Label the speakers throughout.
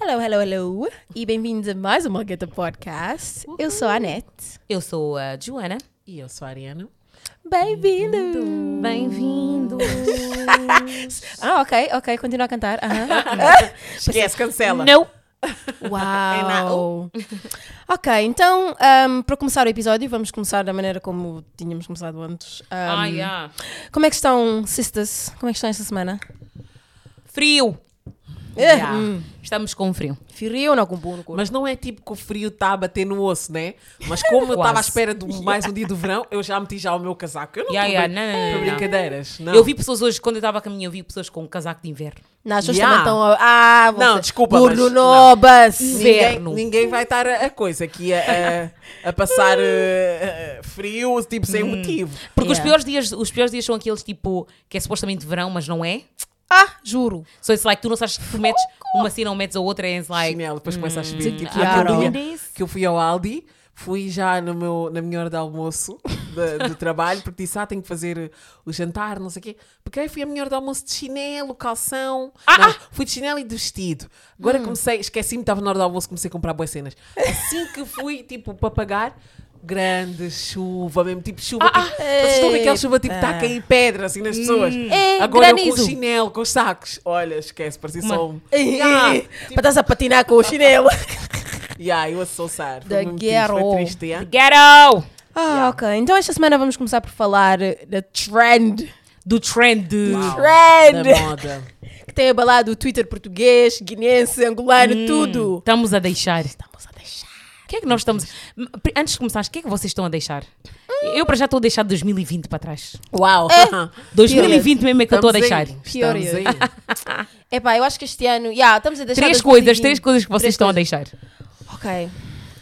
Speaker 1: Hello, hello, hello! E bem-vindos a mais uma Gata Podcast. Eu sou a Anete.
Speaker 2: Eu sou a Joana.
Speaker 3: E eu sou a Ariana.
Speaker 1: Bem-vindo!
Speaker 2: Bem-vindo.
Speaker 1: Ah, ok, ok, continua a cantar. Aham.
Speaker 3: Esquece, cancela.
Speaker 2: Não.
Speaker 1: Uau! ok, então, ahm, para começar o episódio, vamos começar da maneira como tínhamos começado antes. Ahm,
Speaker 2: Ah, yeah.
Speaker 1: Como é que estão, sisters? Como é que estão esta semana?
Speaker 2: Frio.
Speaker 3: Yeah.
Speaker 2: Estamos com frio.
Speaker 1: Frio não com bom no corpo.
Speaker 3: Mas não é tipo que o frio está a bater no osso, né? Mas como eu estava à
Speaker 2: Quase.
Speaker 3: espera de mais um dia do verão, eu já meti já o meu casaco. Eu não
Speaker 2: Yeah,
Speaker 3: estou
Speaker 2: yeah, não, não, não, não.
Speaker 3: brincadeiras. Não.
Speaker 2: Eu vi pessoas hoje, quando eu estava a caminho, eu vi pessoas com casaco de inverno.
Speaker 1: Não, as pessoas
Speaker 3: Yeah.
Speaker 1: também estão. a- Ah, você-
Speaker 3: Não, desculpa, mas-
Speaker 1: Burro Nobas!
Speaker 3: Ninguém,
Speaker 2: inverno.
Speaker 3: ninguém vai estar a, a coisa aqui a, a- a passar eh, eh, frio, tipo, sem
Speaker 2: Hum.
Speaker 3: motivo.
Speaker 2: Porque os,
Speaker 1: Yeah.
Speaker 2: piores dias, os piores dias são aqueles tipo que é supostamente verão, mas não é.
Speaker 1: Ah, juro!
Speaker 2: So it's like tu não sabes se metes
Speaker 3: Oh,
Speaker 2: uma cena ou metes a outra and it's like.
Speaker 3: Chinelo, depois começa
Speaker 2: hum.
Speaker 3: a chover. Tipo,
Speaker 1: ah,
Speaker 3: aquele
Speaker 1: não.
Speaker 3: dia que eu fui ao Aldi, fui já no meu, na minha hora de almoço de- do trabalho, porque disse, ah, tenho que fazer o jantar, não sei o quê. Porque aí fui à minha hora de almoço de chinelo, calção.
Speaker 1: Ah,
Speaker 3: não, Fui de chinelo e de vestido. Agora
Speaker 1: Hum.
Speaker 3: comecei, esqueci-me, estava na hora do almoço, comecei a comprar boas cenas. Assim que fui, tipo, para pagar... Grande chuva, mesmo tipo chuva.
Speaker 1: Ah,
Speaker 3: tipo, vocês estão a ver aquela chuva tipo, está a cair pedra assim nas pessoas.
Speaker 1: É,
Speaker 3: Agora eu com o
Speaker 1: granizo.
Speaker 3: chinelo, com os sacos. Olha, esquece, parecia só um.
Speaker 1: Ah,
Speaker 3: Yeah,
Speaker 1: Para estás a patinar com o chinelo.
Speaker 3: Yeah, eu a so sad.
Speaker 1: The
Speaker 3: Foi muito triste, foi
Speaker 1: ghetto.
Speaker 3: triste, yeah?
Speaker 2: Ghetto!
Speaker 1: Ah, ok. Então esta semana vamos começar por falar eh, da trend.
Speaker 2: Do trend.
Speaker 3: Uau. é
Speaker 1: Trend!
Speaker 3: Da moda.
Speaker 1: Que tem abalado o Twitter português, guinense, angolano, tudo.
Speaker 2: Estamos a deixar.
Speaker 1: Vamos a deixar.
Speaker 2: O que é que nós estamos. M- pri- Antes de começares, o que é que vocês estão a deixar? Eu para já estou a deixar 2020 para trás.
Speaker 3: Uau.
Speaker 1: É.
Speaker 2: 2020 mesmo é que eu estou a deixar.
Speaker 1: Period.
Speaker 3: Estamos aí.
Speaker 1: Epá, eu acho que este ano... Yeah, estamos a deixar
Speaker 2: Três
Speaker 1: 2020.
Speaker 2: coisas, três coisas que
Speaker 1: Três
Speaker 2: vocês estão a
Speaker 1: coisas.
Speaker 2: deixar.
Speaker 1: Ok.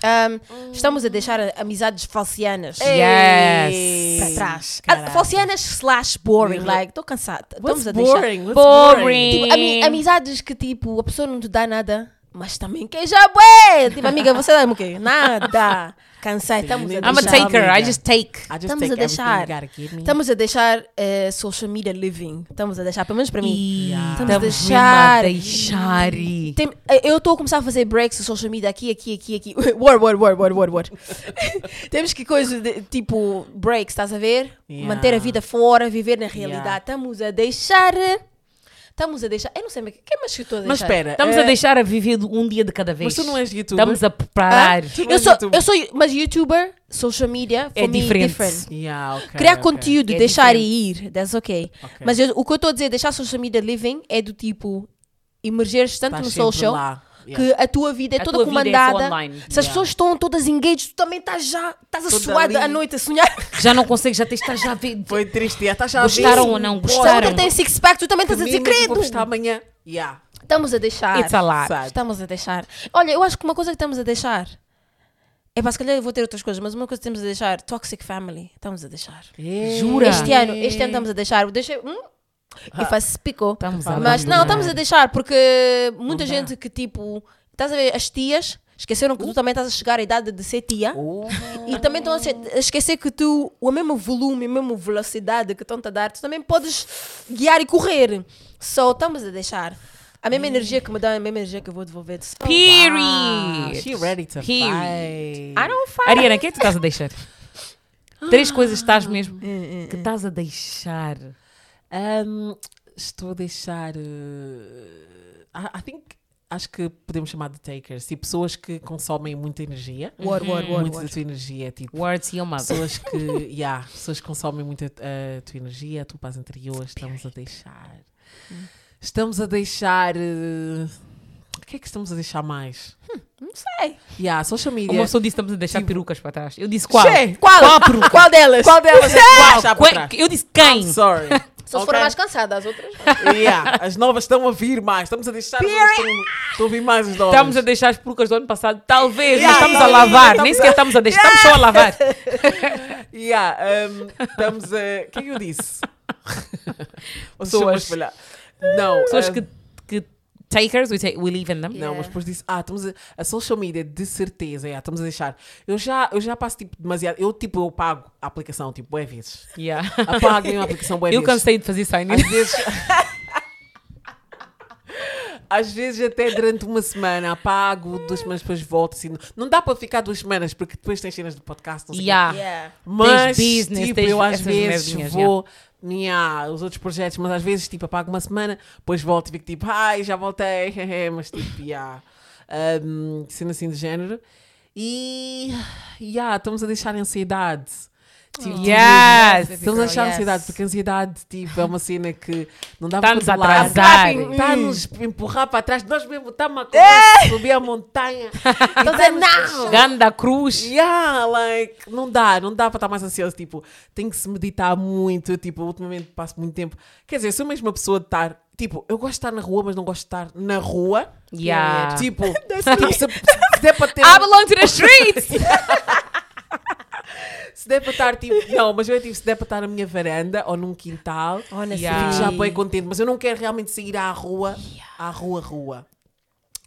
Speaker 1: Um, estamos a deixar amizades falcianas.
Speaker 2: Yes.
Speaker 1: Para trás.
Speaker 3: Caraca.
Speaker 1: Ah, Falcianas slash boring. Like, estou cansada. Estamos
Speaker 3: What's
Speaker 1: a deixar.
Speaker 3: boring? What's
Speaker 2: Boring.
Speaker 1: Tipo, ami- amizades que tipo, a pessoa não te dá nada, mas também queija bué. Tipo, amiga, você dá-me o quê? Nada. Cansei, estamos a
Speaker 3: I'm
Speaker 1: deixar.
Speaker 2: I'm a taker, I
Speaker 3: amiga.
Speaker 2: just take.
Speaker 3: I just
Speaker 1: Estamos
Speaker 3: take
Speaker 1: a deixar.
Speaker 3: everything you gotta give me.
Speaker 1: Estamos a deixar eh, social media living. Estamos a deixar, pelo menos para mim.
Speaker 2: E
Speaker 1: Estamos a
Speaker 2: mesmo a
Speaker 1: deixar.
Speaker 2: deixar. e-
Speaker 1: Tem- eh, eu estou a começar a fazer breaks de social media aqui, aqui, aqui, aqui. War, war, war, war, war, war. Temos que coisa de, tipo breaks, estás a ver?
Speaker 3: Yeah.
Speaker 1: Manter a vida fora, viver na realidade.
Speaker 3: Yeah.
Speaker 1: Estamos a deixar. Estamos a deixar. Eu não sei, mas quem mais que eu estou a deixar?
Speaker 3: Mas espera.
Speaker 2: Estamos
Speaker 1: É.
Speaker 3: eh,
Speaker 2: a deixar a viver de um dia de cada vez.
Speaker 3: Mas tu não és youtuber?
Speaker 2: Estamos a
Speaker 1: Ah,
Speaker 2: preparar.
Speaker 3: Tu não
Speaker 1: eu,
Speaker 3: és
Speaker 1: sou,
Speaker 3: youtuber.
Speaker 1: eu sou, mas youtuber, social media, for
Speaker 2: É
Speaker 1: me,
Speaker 2: diferente.
Speaker 3: Yeah, okay,
Speaker 1: Criar
Speaker 3: okay.
Speaker 1: conteúdo,
Speaker 2: É
Speaker 1: deixar ir, that's ok.
Speaker 3: Ok.
Speaker 1: Mas eu- o que eu estou a dizer, deixar social media living, é do tipo, emergeres tanto
Speaker 3: Estás
Speaker 1: no
Speaker 3: sempre
Speaker 1: social,
Speaker 3: Tá lá. Yeah.
Speaker 1: que a tua vida é
Speaker 2: A
Speaker 1: toda
Speaker 2: tua vida é só
Speaker 1: comandada.
Speaker 2: online.
Speaker 1: Se as pessoas estão todas engaged, tu também estás já, estás a
Speaker 3: Toda
Speaker 1: suar
Speaker 3: ali.
Speaker 1: à noite, a sonhar.
Speaker 2: Já não consegues, já tens de estar já a ver.
Speaker 3: Foi triste. yeah. Estás já a ver?
Speaker 2: Gostaram
Speaker 1: um,
Speaker 2: ou não?
Speaker 1: Se a outra
Speaker 2: Gostaram?
Speaker 1: tem six pack, tu também estás a dizer
Speaker 3: Domingo, vou
Speaker 1: credo.
Speaker 3: postar amanhã. Yeah.
Speaker 1: Estamos a deixar.
Speaker 2: It's a lot.
Speaker 3: Sad.
Speaker 1: Estamos a deixar. Olha, eu acho que uma coisa que estamos a deixar. É para se calhar eu vou ter outras coisas, mas uma coisa que temos a deixar, Toxic Family, estamos a deixar.
Speaker 2: Jura?
Speaker 1: Este ano, este ano estamos a deixar. Eu Deixei. Hum? E faço pico.
Speaker 2: Estamos a
Speaker 1: Mas não,
Speaker 2: abandonar.
Speaker 1: estamos a deixar, porque muita
Speaker 3: dá.
Speaker 1: gente que tipo. Estás a ver, as tias esqueceram que tu também estás a chegar à idade de ser tia.
Speaker 3: Oh.
Speaker 1: E também estão a se- a esquecer que tu, o mesmo volume, a mesma velocidade que estão-te a dar, tu também podes guiar e correr. Só estamos a deixar. A mesma energia que me dá, a mesma energia que eu vou devolver. de
Speaker 3: Ah,
Speaker 2: Period.
Speaker 3: She ready to
Speaker 2: Period.
Speaker 3: fight.
Speaker 1: I don't fight.
Speaker 2: Ariana, o que é que tu estás a deixar? Três coisas estás mesmo que estás a deixar.
Speaker 3: Ahm, Um, estou a deixar. eh, I, I think. Acho que podemos chamar de takers. Tipo, pessoas que consomem muita energia.
Speaker 1: War, war, war,
Speaker 3: Uhum. Muito
Speaker 1: war.
Speaker 3: da tua energia. Tipo,
Speaker 2: Words your mother.
Speaker 3: pessoas que. yeah, pessoas que consomem muito a, a tua energia, a tua paz interior. Estamos a deixar. Hum. Estamos a deixar. eh, o que é que estamos a deixar mais?
Speaker 1: Não sei.
Speaker 3: Yeah, social media.
Speaker 2: Uma pessoa disse estamos a deixar perucas para trás. Eu disse qual?
Speaker 3: Che,
Speaker 1: Qual?
Speaker 2: Qual
Speaker 1: Qual delas?
Speaker 3: Qual delas é que vai deixar para
Speaker 2: Que-
Speaker 3: trás?
Speaker 2: Eu disse quem?
Speaker 3: I'm sorry.
Speaker 1: Só se
Speaker 3: Ok?
Speaker 1: for mais cansada, as outras.
Speaker 3: Yeah, as novas estão a vir mais. Estamos a deixar. as novas Estão estão a vir mais as novas.
Speaker 2: Estamos a deixar as perucas do ano passado, talvez, mas
Speaker 3: Yeah,
Speaker 2: estamos a
Speaker 3: yeah,
Speaker 2: lavar,
Speaker 3: yeah,
Speaker 2: nem
Speaker 3: estamos
Speaker 2: sequer estamos a deixar, estamos só a lavar.
Speaker 3: Yeah, um, estamos a. O que é que eu disse?
Speaker 2: Pessoas.
Speaker 3: Pessoas. Não,
Speaker 2: Pessoas
Speaker 3: um,
Speaker 2: que, que takers, we, take, we leave in them.
Speaker 3: Não, mas
Speaker 1: Yeah.
Speaker 3: depois disse, ah, estamos a, a social media, de certeza, yeah, estamos a deixar. Eu já, eu já passo tipo demasiado. Eu tipo, eu pago a aplicação, tipo, bué vezes.
Speaker 2: Yeah.
Speaker 3: Apago mesmo a aplicação bué
Speaker 2: Eu
Speaker 3: vezes.
Speaker 2: cansei de fazer sign
Speaker 3: Às vezes. Às vezes até durante uma semana apago, duas semanas depois volto. Assim, não dá para ficar duas semanas, porque depois tens cenas do podcast, não sei o quê.
Speaker 2: Yeah.
Speaker 1: Yeah.
Speaker 2: Tens
Speaker 3: Mas,
Speaker 2: business,
Speaker 3: tipo,
Speaker 2: tens
Speaker 3: eu às
Speaker 2: essas
Speaker 3: vezes
Speaker 2: merdinhas,
Speaker 3: vou... minha os outros projetos, mas às vezes, tipo, apago uma semana, depois volto e fico tipo, ai, já voltei, hehe", mas tipo, yeah. um, sendo assim de género. E, yeah, estamos a deixar a ansiedade. Tipo,
Speaker 2: Oh.
Speaker 3: tu
Speaker 2: Yes,
Speaker 3: mesmo, Estamos a deixar a
Speaker 1: girl,
Speaker 3: ansiedade,
Speaker 1: yes.
Speaker 3: porque a ansiedade, tipo, é uma cena que não dá
Speaker 2: Está-nos a
Speaker 3: para
Speaker 2: atrasar.
Speaker 3: Está-nos a empurrar para trás, nós mesmo estamos a
Speaker 2: É!
Speaker 3: correr, subir a montanha.
Speaker 1: Então, é não!
Speaker 2: Ganda Cruz.
Speaker 3: Yeah, like, não dá, não dá para estar mais ansioso. Tipo, tem que se meditar muito. Tipo, ultimamente passo muito tempo. Quer dizer, sou mesmo uma pessoa de estar. Tipo, eu gosto de estar na rua, mas não gosto de estar na rua.
Speaker 2: Yeah. Ah,
Speaker 3: Tipo, tipo, se, se der para ter.
Speaker 2: I belong to the streets.
Speaker 3: Se der para estar, tipo. Não, mas eu é tipo, se der para estar na minha varanda ou num quintal,
Speaker 1: Honestly.
Speaker 2: Yeah.
Speaker 3: já bem contente. Mas eu não quero realmente sair à rua, à rua, rua.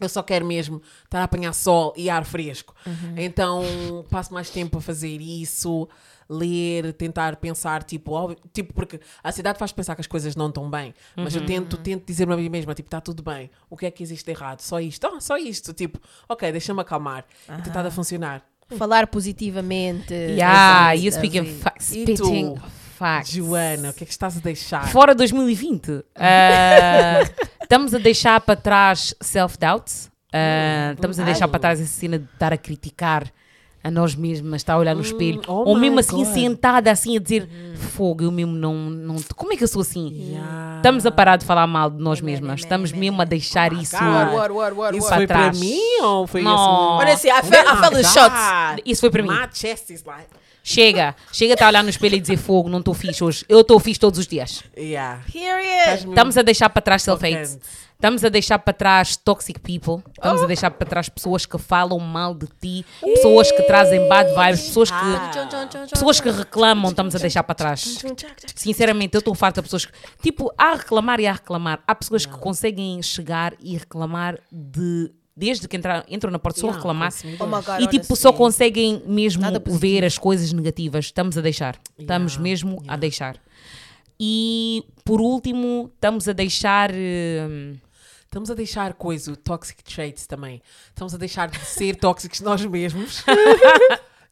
Speaker 3: Eu só quero mesmo estar a apanhar sol e ar fresco. Então passo mais tempo a fazer isso, ler, tentar pensar, tipo, óbvio- tipo porque a cidade faz pensar que as coisas não estão bem. Mas eu tento, tento dizer-me a mim mesma, tipo, está tudo bem. O que é que existe de errado? Só isto? Ah, só isto. Tipo, ok, deixa-me acalmar. E tentar a funcionar.
Speaker 1: Falar positivamente.
Speaker 3: É,
Speaker 2: yeah,
Speaker 1: Exato,
Speaker 2: you speaking
Speaker 1: exato.
Speaker 2: facts.
Speaker 3: E
Speaker 2: Spitting
Speaker 3: tu,
Speaker 2: facts.
Speaker 3: Joana, o que é que estás a deixar?
Speaker 2: Fora 2020. ah, estamos a deixar para trás self-doubt.
Speaker 3: Hum,
Speaker 2: ah, estamos a deixar
Speaker 3: Ai.
Speaker 2: para trás essa cena de estar a criticar a nós mesmas, estar a olhar no espelho.
Speaker 3: oh
Speaker 2: ou
Speaker 3: my
Speaker 2: mesmo assim,
Speaker 3: God. Uhum.
Speaker 2: sentada, assim, a dizer: Fogo, eu mesmo não, não. Como é que eu sou assim?
Speaker 3: Yeah.
Speaker 2: Estamos a parar de falar mal de nós mesmas.
Speaker 1: amen,
Speaker 2: Estamos
Speaker 1: amen,
Speaker 2: mesmo a deixar
Speaker 3: Oh my
Speaker 2: isso.
Speaker 3: God.
Speaker 1: War, war, war,
Speaker 3: Isso
Speaker 1: war.
Speaker 3: foi para
Speaker 2: trás.
Speaker 3: mim ou foi assim?
Speaker 2: Não.
Speaker 3: isso?
Speaker 1: Honestly, I felt- I felt the shots.
Speaker 2: Isso foi para mim.
Speaker 3: My chest is like...
Speaker 2: Chega, chega a estar a olhar no espelho e dizer fogo, não estou fixe hoje. Eu estou fixe todos os dias.
Speaker 3: Yeah. um
Speaker 1: Period.
Speaker 2: Estamos a deixar para trás self-hate.
Speaker 3: Tocante.
Speaker 2: Estamos a deixar para trás toxic people. Estamos a deixar para trás pessoas que falam mal de ti, pessoas que trazem bad vibes, pessoas que, pessoas que reclamam. Estamos a deixar para trás. Sinceramente, eu estou farta de pessoas que. Tipo, há reclamar e há reclamar. Há pessoas que conseguem chegar e reclamar de. Desde que entrar, entram na porta, só
Speaker 3: Yeah, um
Speaker 2: reclamar.
Speaker 3: consumidores.
Speaker 1: Oh my God,
Speaker 2: e tipo, só
Speaker 1: honestly.
Speaker 2: conseguem mesmo
Speaker 1: Nada positivo.
Speaker 2: ver as coisas negativas. Estamos a deixar. Estamos mesmo a deixar. E por último, estamos a deixar. hum,
Speaker 3: Estamos a deixar coisa, o toxic traits também. Estamos a deixar de ser tóxicos nós mesmos.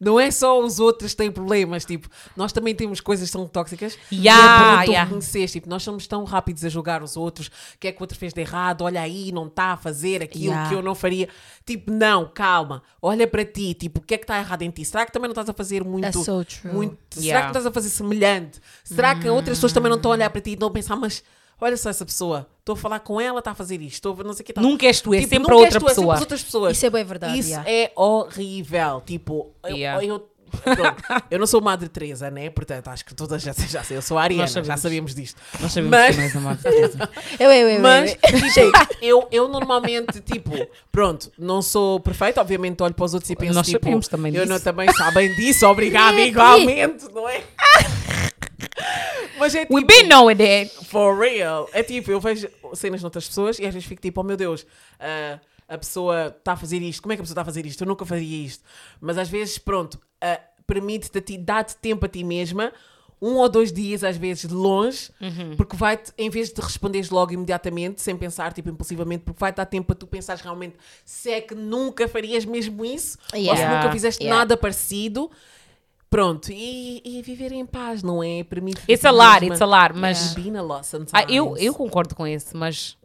Speaker 3: Não é só os outros que têm problemas, tipo, nós também temos coisas que são tóxicas. e é
Speaker 2: Yeah,
Speaker 3: bom tu
Speaker 2: yeah.
Speaker 3: reconheceres, tipo, nós somos tão rápidos a julgar os outros, o que é que o outro fez de errado, olha aí, não está a fazer aquilo
Speaker 2: Yeah.
Speaker 3: que eu não faria. Tipo, não, calma, olha para ti, tipo, o que é que está errado em ti? Será que também não estás a fazer muito?
Speaker 1: That's so true.
Speaker 3: muito Será
Speaker 2: Yeah.
Speaker 3: que estás a fazer semelhante? Será que outras pessoas também não estão a olhar para ti e estão a pensar, mas olha só essa pessoa, estou a falar com ela, está a fazer isto, estou a não sei o que tá-
Speaker 2: Nunca és tu, é sempre
Speaker 3: nunca
Speaker 2: outra
Speaker 3: és tu, é sempre
Speaker 2: pessoa.
Speaker 3: as outras pessoas.
Speaker 1: Isso é bem verdade,
Speaker 3: Isso
Speaker 1: yeah.
Speaker 3: é horrível. Tipo, eu,
Speaker 2: Yeah.
Speaker 3: eu, pronto, eu não sou Madre Teresa, né? Portanto, acho que todas já, já sei, eu sou a Ariana,
Speaker 2: Nós
Speaker 3: já
Speaker 2: sabemos.
Speaker 3: sabemos disto.
Speaker 2: Nós sabemos
Speaker 3: Mas-
Speaker 2: que nós amamos. Teresa.
Speaker 1: Eu, eu, eu,
Speaker 3: Mas,
Speaker 1: eu.
Speaker 3: tipo, eu, eu normalmente, tipo, pronto, não sou perfeita, obviamente olho para os outros e penso,
Speaker 2: Nós
Speaker 3: tipo,
Speaker 2: sabemos também
Speaker 3: eu
Speaker 2: disso. É,
Speaker 3: não também sabem disso, obrigada igualmente, não é? Mas é tipo,
Speaker 2: We've been eh. knowing that.
Speaker 3: For real. É tipo, eu vejo cenas de outras pessoas e às vezes fico tipo, oh meu Deus, ah, a pessoa está a fazer isto, como é que a pessoa está a fazer isto? Eu nunca faria isto. Mas às vezes, pronto, ah, permite-te a ti, dá-te tempo a ti mesma, um ou dois dias, às vezes, de longe,
Speaker 2: Uhum.
Speaker 3: porque vai-te, em vez de responderes logo imediatamente, sem pensar, tipo, impulsivamente, porque vai-te dar tempo para tu pensares realmente se é que nunca farias mesmo isso, ou se
Speaker 1: Yeah.
Speaker 3: nunca fizeste
Speaker 1: Yeah.
Speaker 3: nada parecido. Pronto, e, e viver em paz, não é? Permite
Speaker 2: It's a lot, it's a lot, mas.
Speaker 3: Been a lot sometimes.
Speaker 2: Ah, eu, eu concordo com esse, mas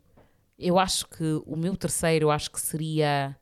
Speaker 2: eu acho que o meu terceiro eu acho que seria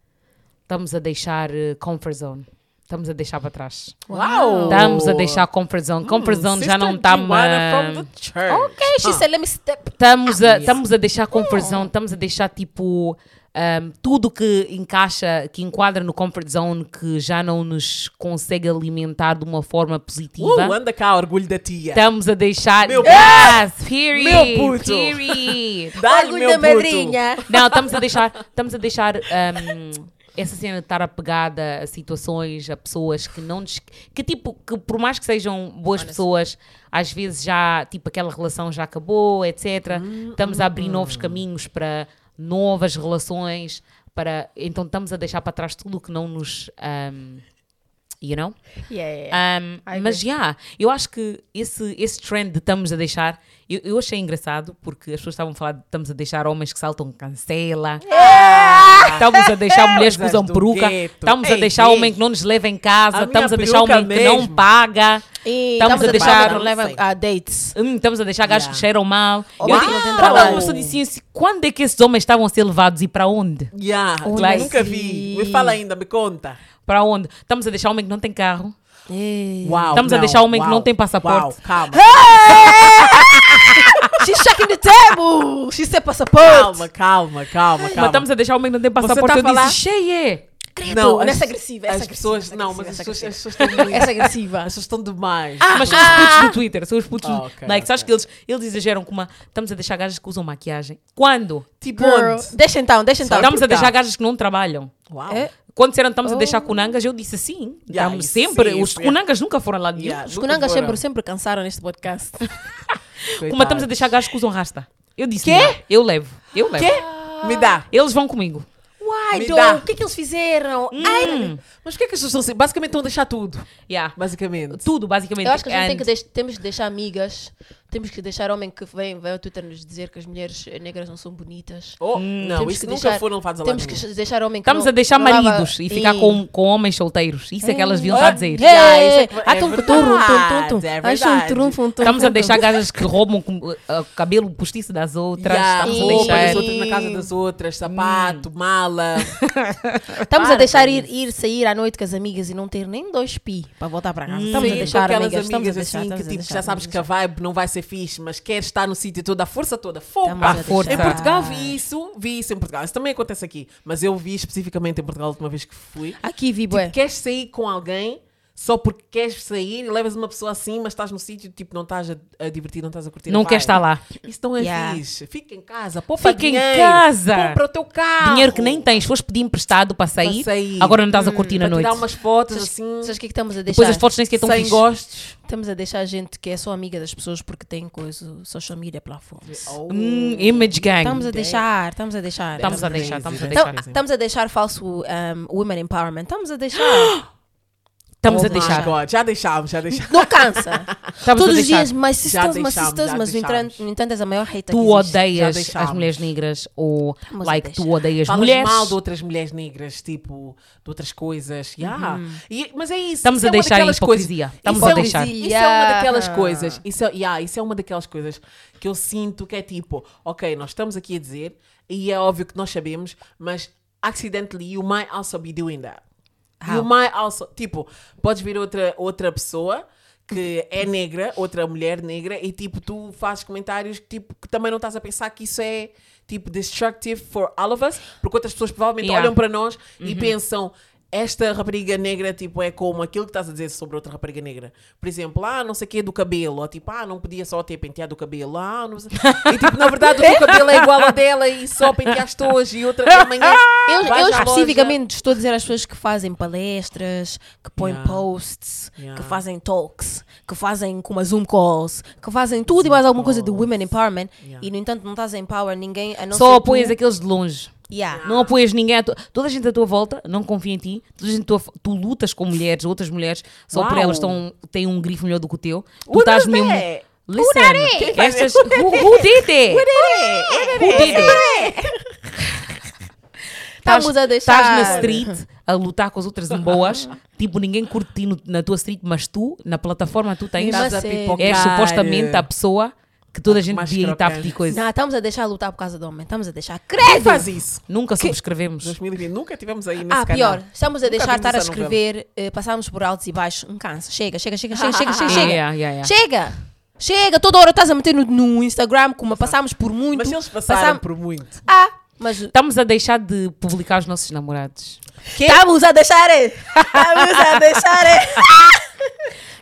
Speaker 2: estamos a deixar eh, comfort zone. Estamos a deixar para trás.
Speaker 3: Uau!
Speaker 2: Estamos a deixar comfort zone.
Speaker 1: Hum,
Speaker 2: Comfort zone já não tá está mais.
Speaker 1: Ok, she said, let me step.
Speaker 2: Estamos
Speaker 3: Ah,
Speaker 2: a, estamos a deixar comfort zone, estamos a deixar tipo ahm, tudo que encaixa, que enquadra no comfort zone, que já não nos consegue alimentar de uma forma positiva.
Speaker 3: Uh, anda cá, orgulho da tia.
Speaker 2: Estamos a deixar.
Speaker 3: Meu-
Speaker 2: yes, period,
Speaker 3: Meu puto.
Speaker 2: period.
Speaker 3: Dá-lhe,
Speaker 1: Orgulho
Speaker 3: meu
Speaker 1: da
Speaker 3: puto.
Speaker 1: madrinha.
Speaker 2: Não, estamos a deixar, estamos a deixar hum, essa cena de estar apegada a situações, a pessoas que não nos, que tipo, que por mais que sejam boas pessoas, às vezes já, tipo, aquela relação já acabou, etc. Estamos a abrir novos caminhos para novas relações, para, então estamos a deixar para trás tudo o que não nos hum, you know?
Speaker 4: Yeah, yeah, yeah.
Speaker 2: Um,
Speaker 4: I
Speaker 2: mas já, eu acho que esse, esse trend de estamos a deixar, eu, eu achei engraçado porque as pessoas estavam a falar de estamos a deixar homens que saltam cancela, estamos a deixar mulheres que
Speaker 3: Coisas
Speaker 2: usam
Speaker 3: É! do
Speaker 2: peruca,
Speaker 3: gueto.
Speaker 2: estamos a
Speaker 3: Ei,
Speaker 2: deixar
Speaker 3: ei.
Speaker 2: homem que não nos leva em
Speaker 3: A
Speaker 2: casa, estamos
Speaker 3: minha
Speaker 2: a deixar
Speaker 3: peruca
Speaker 2: homem que não
Speaker 3: mesmo.
Speaker 2: paga,
Speaker 4: E
Speaker 2: Estamos a deixar-
Speaker 4: não levam a
Speaker 1: ah,
Speaker 4: dates.
Speaker 2: hum, estamos a deixar gajos que cheiram mal.
Speaker 4: Ou
Speaker 2: Eu
Speaker 4: mais
Speaker 2: digo,
Speaker 4: que não têm
Speaker 2: quando
Speaker 4: trabalho.
Speaker 2: uma pessoa disse assim, quando é que esses homens estavam a ser levados e para onde?
Speaker 3: Yeah,
Speaker 4: Olha
Speaker 3: like, nunca
Speaker 4: sim.
Speaker 3: vi. Me fala ainda, me conta.
Speaker 2: Para onde? Estamos a deixar homem que não tem carro.
Speaker 3: Uau,
Speaker 2: Estamos a
Speaker 3: não,
Speaker 2: deixar homem que
Speaker 3: uau,
Speaker 2: não tem passaporte.
Speaker 3: Uau, calma,
Speaker 1: She's checking the table! She's sem passaporte!
Speaker 3: calma, calma, calma,
Speaker 2: Mas
Speaker 3: calma.
Speaker 2: estamos a deixar homem que não tem
Speaker 3: tá
Speaker 2: passaporte.
Speaker 3: a
Speaker 2: eu disse,
Speaker 3: falar-
Speaker 2: cheia.
Speaker 1: Não,
Speaker 3: as-
Speaker 1: essa é agressiva, essa
Speaker 3: as
Speaker 1: agressiva,
Speaker 3: pessoas,
Speaker 1: essa
Speaker 3: não, mas
Speaker 1: agressiva,
Speaker 3: as
Speaker 1: essa
Speaker 3: pessoas, as
Speaker 1: agressiva. Ah,
Speaker 3: pessoas estão muito-
Speaker 4: Essa é agressiva.
Speaker 3: as pessoas estão demais.
Speaker 2: Ah, Mas são os putos do Twitter, são os putos.
Speaker 3: Ah, ok,
Speaker 2: like, sabes
Speaker 3: ok.
Speaker 2: que eles, eles exageram com uma. Estamos a deixar gajas que usam maquiagem. Quando?
Speaker 3: tipo
Speaker 1: Girl,
Speaker 3: onde?
Speaker 1: deixa então, deixa então.
Speaker 2: Estamos a
Speaker 3: por cá.
Speaker 2: deixar gajas que não trabalham.
Speaker 3: Uau.
Speaker 1: É?
Speaker 2: Quando disseram estamos a
Speaker 1: Oh.
Speaker 2: deixar cunangas, eu disse sim.
Speaker 3: Yeah,
Speaker 2: estamos
Speaker 3: isso,
Speaker 2: sempre.
Speaker 3: isso,
Speaker 2: os
Speaker 3: yeah.
Speaker 2: cunangas nunca foram lá de
Speaker 3: Yeah,
Speaker 1: Os
Speaker 3: nunca
Speaker 1: Kunangas
Speaker 3: foram.
Speaker 1: sempre, sempre cansaram neste podcast.
Speaker 2: Como estamos a deixar gajos que usam rasta. Eu disse. Quê? Eu levo. Eu levo.
Speaker 3: Quê? Me dá.
Speaker 2: Eles vão comigo.
Speaker 1: Uai,
Speaker 3: Me
Speaker 1: do,
Speaker 3: dá.
Speaker 1: o que é que eles fizeram?
Speaker 2: Hum.
Speaker 3: Mas o que é que as pessoas estão a dizer? Basicamente estão a deixar tudo.
Speaker 2: Yeah.
Speaker 3: Basicamente.
Speaker 2: Tudo, basicamente.
Speaker 1: Eu acho que a gente tem
Speaker 2: And-
Speaker 1: que deix- temos de deixar amigas, temos que deixar homem que vem, vem ao Twitter nos dizer que as mulheres eh, negras não são bonitas.
Speaker 3: Oh, não,
Speaker 1: Hum, Temos
Speaker 3: isso
Speaker 1: que
Speaker 3: nunca
Speaker 1: deixar-
Speaker 3: foram levados a lado
Speaker 1: Temos que
Speaker 3: nenhum.
Speaker 1: deixar homem que
Speaker 2: Estamos
Speaker 1: não-
Speaker 2: a deixar
Speaker 1: não lava-
Speaker 2: maridos e ficar
Speaker 1: Ih.
Speaker 3: um
Speaker 2: com, com homens solteiros. Isso é que elas deviam
Speaker 3: Ah,
Speaker 2: estar a dizer.
Speaker 3: é. Já, isso
Speaker 1: Hey,
Speaker 3: que-
Speaker 1: ah, tum,
Speaker 3: é
Speaker 1: tum, tum,
Speaker 3: verdade,
Speaker 1: tum, tum.
Speaker 3: é
Speaker 1: Ah, tum,
Speaker 3: verdade.
Speaker 1: tum, tum, tum,
Speaker 2: Estamos a
Speaker 1: tum,
Speaker 2: deixar
Speaker 1: tum.
Speaker 2: gajas que roubam com, uh, uh, cabelo postiço das outras.
Speaker 3: Yeah,
Speaker 2: Estamos
Speaker 3: roupa
Speaker 2: a
Speaker 3: das
Speaker 2: deixar.
Speaker 3: outras na casa das
Speaker 1: Hum.
Speaker 3: outras, sapato, mala.
Speaker 1: Estamos a
Speaker 3: Para
Speaker 1: deixar
Speaker 3: com
Speaker 1: ir, ir sair à noite com as amigas e não ter nem dois pi para voltar para casa.
Speaker 3: Hum. Sim,
Speaker 1: Estamos a
Speaker 3: com
Speaker 1: deixar
Speaker 3: aquelas
Speaker 1: amigas, estamos a
Speaker 3: amigas
Speaker 1: deixar,
Speaker 3: assim
Speaker 1: estamos
Speaker 3: que
Speaker 1: a
Speaker 3: tipo,
Speaker 1: deixar,
Speaker 3: já
Speaker 1: estamos
Speaker 3: sabes
Speaker 1: a
Speaker 3: que a vibe não vai ser fixe, mas queres estar no sítio toda a força toda.
Speaker 1: Estamos a
Speaker 3: Fopa!
Speaker 1: deixar.
Speaker 2: força.
Speaker 3: Em Portugal vi isso, vi isso em Portugal. Isso também acontece aqui. Mas eu vi especificamente em Portugal a última vez que fui.
Speaker 1: Aqui vi,
Speaker 3: Tipo,
Speaker 1: bué.
Speaker 3: queres sair com alguém só porque queres sair e levas uma pessoa assim, mas estás no sítio, tipo, não estás a, a divertir, não estás a curtir. a
Speaker 2: Não
Speaker 3: vibe.
Speaker 2: quer estar lá.
Speaker 3: Isso não é
Speaker 1: Yeah.
Speaker 3: fixe. Fica em casa, poupa
Speaker 2: Fica em
Speaker 3: dinheiro.
Speaker 2: casa.
Speaker 3: Compra Ah, o teu carro.
Speaker 2: Dinheiro que nem tens, foste pedir emprestado para sair,
Speaker 3: sair.
Speaker 2: agora não estás a curtir na
Speaker 3: Para
Speaker 2: noite.
Speaker 3: tirar umas fotos
Speaker 1: Sabes-
Speaker 3: assim,
Speaker 1: Sabes o que é que estamos a deixar?
Speaker 2: Depois as fotos nem sequer estão
Speaker 3: sem
Speaker 2: fixe.
Speaker 3: gostos.
Speaker 1: Estamos a deixar gente que é só amiga das pessoas porque tem coisa, social media platforms.
Speaker 2: Hum, image gang.
Speaker 1: Estamos a deixar, estamos a deixar.
Speaker 2: Estamos a deixar, estamos a
Speaker 3: Então,
Speaker 1: Então,
Speaker 2: deixar.
Speaker 1: estamos a deixar falso um, women empowerment. Estamos a deixar.
Speaker 2: Estamos a
Speaker 1: Oh my
Speaker 2: deixar.
Speaker 3: God, já deixámos, já deixámos.
Speaker 1: Não cansa.
Speaker 2: Estamos a
Speaker 1: Todos os
Speaker 2: deixar.
Speaker 1: dias, my sisters, my
Speaker 3: deixámos,
Speaker 1: sisters,
Speaker 3: já
Speaker 1: mas no
Speaker 3: deixámos.
Speaker 1: entanto, no entanto és a maior hater
Speaker 2: Tu
Speaker 1: que existe.
Speaker 3: Já
Speaker 2: odeias
Speaker 3: deixámos.
Speaker 2: as mulheres negras ou
Speaker 1: a
Speaker 2: like tu
Speaker 1: deixar.
Speaker 2: odeias
Speaker 3: Falas
Speaker 2: mulheres.
Speaker 3: mal de outras mulheres negras, tipo, de outras coisas. Yeah. E- mas é isso.
Speaker 2: Uhum. Estamos
Speaker 3: isso
Speaker 2: a
Speaker 3: é
Speaker 2: deixar
Speaker 3: uma
Speaker 2: a
Speaker 3: daquelas coisas-
Speaker 2: hipocrisia. Estamos
Speaker 3: isso
Speaker 2: a
Speaker 3: é um-
Speaker 2: deixar.
Speaker 3: Isso é uma daquelas
Speaker 1: Yeah.
Speaker 3: coisas. Isso é, yeah, isso é uma daquelas coisas que eu sinto que é tipo, ok, nós estamos aqui a dizer, e é óbvio que nós sabemos, mas accidentally you might also be doing that. You might also, tipo, podes vir outra, outra pessoa que é negra, outra mulher negra, e tipo, tu fazes comentários que, tipo, que também não estás a pensar que isso é tipo destructive for all of us, porque outras pessoas provavelmente
Speaker 2: Yeah.
Speaker 3: olham para nós
Speaker 1: Uhum.
Speaker 3: e pensam. Esta rapariga negra, tipo, é como aquilo que estás a dizer sobre outra rapariga negra. Por exemplo, ah, não sei o que do cabelo. Ou tipo, ah, não podia só ter penteado o cabelo. Ah, não sei. E tipo, na verdade, o teu cabelo é igual ao dela e só penteaste hoje e outra amanhã.
Speaker 1: Eu,
Speaker 3: vais
Speaker 1: eu
Speaker 3: à loja.
Speaker 1: especificamente estou a dizer às pessoas que fazem palestras, que põem
Speaker 3: Yeah.
Speaker 1: posts,
Speaker 3: Yeah.
Speaker 1: que fazem talks, que fazem com uma Zoom calls, que fazem tudo e mais alguma coisa de women empowerment e no entanto não estás a empower ninguém a não
Speaker 2: Só
Speaker 1: ser
Speaker 2: apoias
Speaker 1: tu.
Speaker 2: aqueles de longe.
Speaker 1: Yeah.
Speaker 2: Não apoias ninguém. à tua- Toda a gente à tua volta não confia em ti. Toda a gente à tua... Tu lutas com mulheres, outras mulheres, só por
Speaker 3: Uau.
Speaker 2: elas estão... têm um grifo melhor do que o teu. Tu
Speaker 3: Who
Speaker 2: estás
Speaker 3: does
Speaker 2: mesmo.
Speaker 1: é,
Speaker 3: that?
Speaker 2: Listen,
Speaker 3: Quem faz
Speaker 2: estas...
Speaker 3: isso?
Speaker 2: who, who did it? Who did it?
Speaker 1: é
Speaker 3: Tá,
Speaker 1: Estamos a deixar.
Speaker 2: Estás na street a lutar com as outras boas. Tipo, ninguém curte ti no- na tua street, mas tu, na plataforma que tu tens,
Speaker 1: Mas
Speaker 3: Estás a
Speaker 1: é-
Speaker 3: pipocar.
Speaker 2: és supostamente a pessoa que toda a gente
Speaker 3: mais
Speaker 2: devia irritar por ti
Speaker 3: crocante.
Speaker 2: coisa.
Speaker 1: Não, estamos a deixar lutar por causa do homem. Estamos a deixar.
Speaker 3: Quem
Speaker 1: Credo!
Speaker 3: faz isso?
Speaker 2: Nunca subscrevemos.
Speaker 3: 2020, nunca tivemos aí nesse
Speaker 1: Ah,
Speaker 3: canal.
Speaker 1: pior. Estamos a
Speaker 3: Nunca
Speaker 1: deixar
Speaker 3: vimos
Speaker 1: estar a
Speaker 3: essa novela.
Speaker 1: escrever. eh, passamos por altos e baixos. Um cansa. Chega, chega, chega, chega, chega, chega.
Speaker 2: Yeah,
Speaker 1: chega.
Speaker 2: Ah, yeah, yeah, yeah.
Speaker 1: Chega! Chega! Toda hora estás a meter no, no Instagram como passámos por muito.
Speaker 3: Mas eles passaram
Speaker 1: passam-
Speaker 3: por muito.
Speaker 1: Ah! Mas
Speaker 2: Estamos a deixar de publicar os nossos namorados.
Speaker 1: estamos a deixar! Estamos a deixar!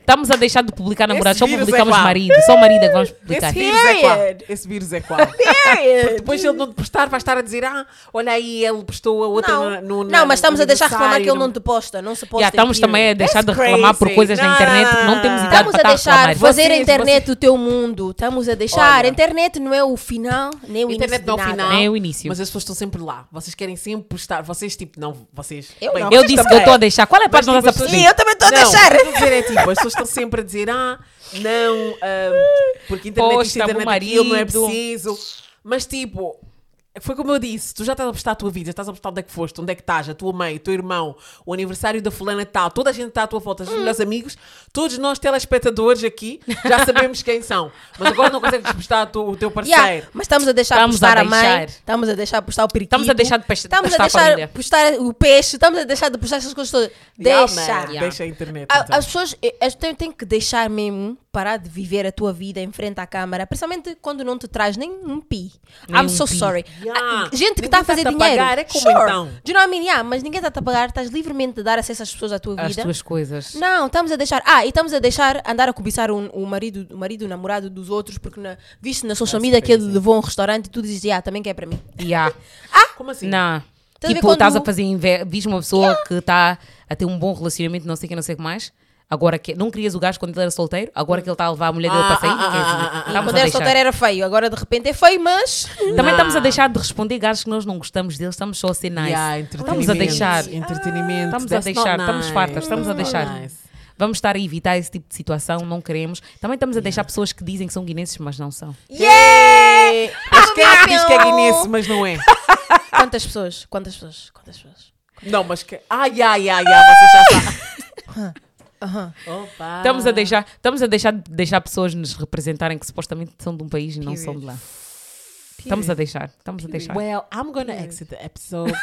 Speaker 2: Estamos a deixar de publicar namorados, só
Speaker 3: vírus é
Speaker 2: publicamos
Speaker 3: qual?
Speaker 2: marido. Só marido é que vamos
Speaker 3: Esse
Speaker 2: publicar.
Speaker 3: vírus é
Speaker 1: Period.
Speaker 3: qual? Esse vírus é qual?
Speaker 1: Period.
Speaker 3: Depois se ele não te postar, vai estar a dizer, ah, olha aí, ele postou a outra
Speaker 1: Não,
Speaker 3: na- no, na-
Speaker 1: não, mas estamos
Speaker 3: no
Speaker 1: a deixar reclamar
Speaker 3: aniversário,
Speaker 1: que ele não te posta, não se posta.
Speaker 2: Já, estamos
Speaker 1: aquilo.
Speaker 2: também a deixar de
Speaker 3: That's
Speaker 2: reclamar por
Speaker 3: crazy.
Speaker 2: coisas na internet que não temos
Speaker 3: Tá,
Speaker 2: idade
Speaker 1: Estamos
Speaker 2: para
Speaker 1: a
Speaker 2: estar
Speaker 1: deixar
Speaker 2: reclamar.
Speaker 1: fazer a
Speaker 3: Vocês-
Speaker 1: internet o teu mundo. Estamos a deixar.
Speaker 3: Olha.
Speaker 1: a internet não é o final, nem o
Speaker 3: Internet
Speaker 1: início
Speaker 3: não é
Speaker 1: de
Speaker 3: o
Speaker 1: nada.
Speaker 3: final.
Speaker 2: Nem o início.
Speaker 3: Mas as pessoas estão sempre lá. Vocês querem sempre postar. Vocês, tipo, não, vocês.
Speaker 1: Eu não. Mas
Speaker 2: Eu disse que eu
Speaker 1: também-
Speaker 2: estou a deixar. Qual é a parte da
Speaker 3: tipo,
Speaker 2: nossa
Speaker 3: as pessoas-
Speaker 1: Sim, eu também estou a
Speaker 3: Não,
Speaker 1: deixar.
Speaker 3: o que eu estou a dizer é tipo, as pessoas estão sempre a dizer, ah, não, ah, porque internet isto,
Speaker 2: Posta pro
Speaker 3: internet aquilo, não é
Speaker 2: marido.
Speaker 3: preciso. Mas tipo, foi como eu disse, tu já estás a postar a tua vida, estás a postar onde é que foste, onde é que estás, a tua mãe, o teu irmão, o aniversário da fulana tal, toda a gente está à tua volta, os teus melhores amigos, todos nós telespectadores aqui já sabemos quem são. Mas agora não consegues postar a tu- o teu parceiro.
Speaker 1: Yeah, mas estamos a deixar
Speaker 2: Estamos
Speaker 1: postar
Speaker 2: a
Speaker 1: a, mãe,
Speaker 2: deixar.
Speaker 1: estamos a deixar postar o periquito,
Speaker 2: Estamos a deixar de pes-
Speaker 1: estamos
Speaker 2: postar a
Speaker 1: a
Speaker 2: família.
Speaker 1: deixar postar o peixe, estamos a deixar de postar essas coisas todas.
Speaker 3: Yeah,
Speaker 1: Deixa.
Speaker 3: man, Deixa a internet.
Speaker 2: Ah,
Speaker 1: A-
Speaker 3: então.
Speaker 1: As pessoas eh, as- têm, têm que deixar mesmo parar de viver a tua vida em frente à câmara, principalmente quando não te traz nem um pi.
Speaker 2: Nem
Speaker 1: I'm
Speaker 2: um
Speaker 1: so
Speaker 2: pi.
Speaker 1: sorry.
Speaker 3: Yeah.
Speaker 1: Ah, Gente que
Speaker 3: Ninguém
Speaker 1: está a
Speaker 3: tá-te
Speaker 1: fazer
Speaker 3: a
Speaker 1: dinheiro.
Speaker 3: pagar, é como
Speaker 1: sure.
Speaker 3: então?
Speaker 1: Do you know what I mean? Yeah, mas ninguém está a pagar, estás livremente a dar acesso às pessoas à tua
Speaker 2: As
Speaker 1: vida.
Speaker 2: tuas coisas.
Speaker 1: Não, estamos a deixar. Ah, e estamos a deixar andar a cobiçar o, o marido, o marido, o namorado dos outros, porque na, viste na social media que ele levou a um restaurante e tu dizes, ah, também que é para mim.
Speaker 2: Yeah.
Speaker 3: Como assim?
Speaker 2: ah. Não.
Speaker 1: Estás a ver
Speaker 2: tipo,
Speaker 1: quando-
Speaker 2: estás a fazer inveja. Viste uma pessoa que está a ter um bom relacionamento, não sei o que, não sei o que mais. Agora que não querias o gajo quando ele era solteiro, agora que ele está a levar a mulher dele
Speaker 3: Ah,
Speaker 2: para sair.
Speaker 3: ah, ah,
Speaker 2: quer dizer,
Speaker 3: ah, ah, ah.
Speaker 2: estamos a
Speaker 1: Quando era
Speaker 2: deixar.
Speaker 1: solteiro era feio, agora de repente é feio, mas.
Speaker 2: Também estamos a deixar de responder gajos que nós não gostamos deles, estamos só a ser nice.
Speaker 3: Yeah,
Speaker 2: estamos a
Speaker 3: entretenimento,
Speaker 2: deixar.
Speaker 3: Entretenimento.
Speaker 2: Estamos a
Speaker 3: that's not
Speaker 2: deixar, estamos
Speaker 3: nice.
Speaker 2: fartas, estamos a
Speaker 3: That's not
Speaker 2: deixar.
Speaker 3: nice.
Speaker 2: Vamos estar a evitar esse tipo de situação, não queremos. Também estamos a deixar pessoas que dizem que são guinenses, mas não são.
Speaker 1: Yeah!
Speaker 3: Mas quem é que diz que é Guinness, mas não é?
Speaker 1: Quantas pessoas? Quantas pessoas? Quantas pessoas?
Speaker 3: Não, mas que. Ai, ai, ai, ai, você já sabe. Opa.
Speaker 2: Estamos a deixar, estamos a deixar, deixar pessoas nos representarem que supostamente são de um país e não são de lá. Estamos a deixar, estamos a deixar.
Speaker 3: Well, I'm gonna exit the episode.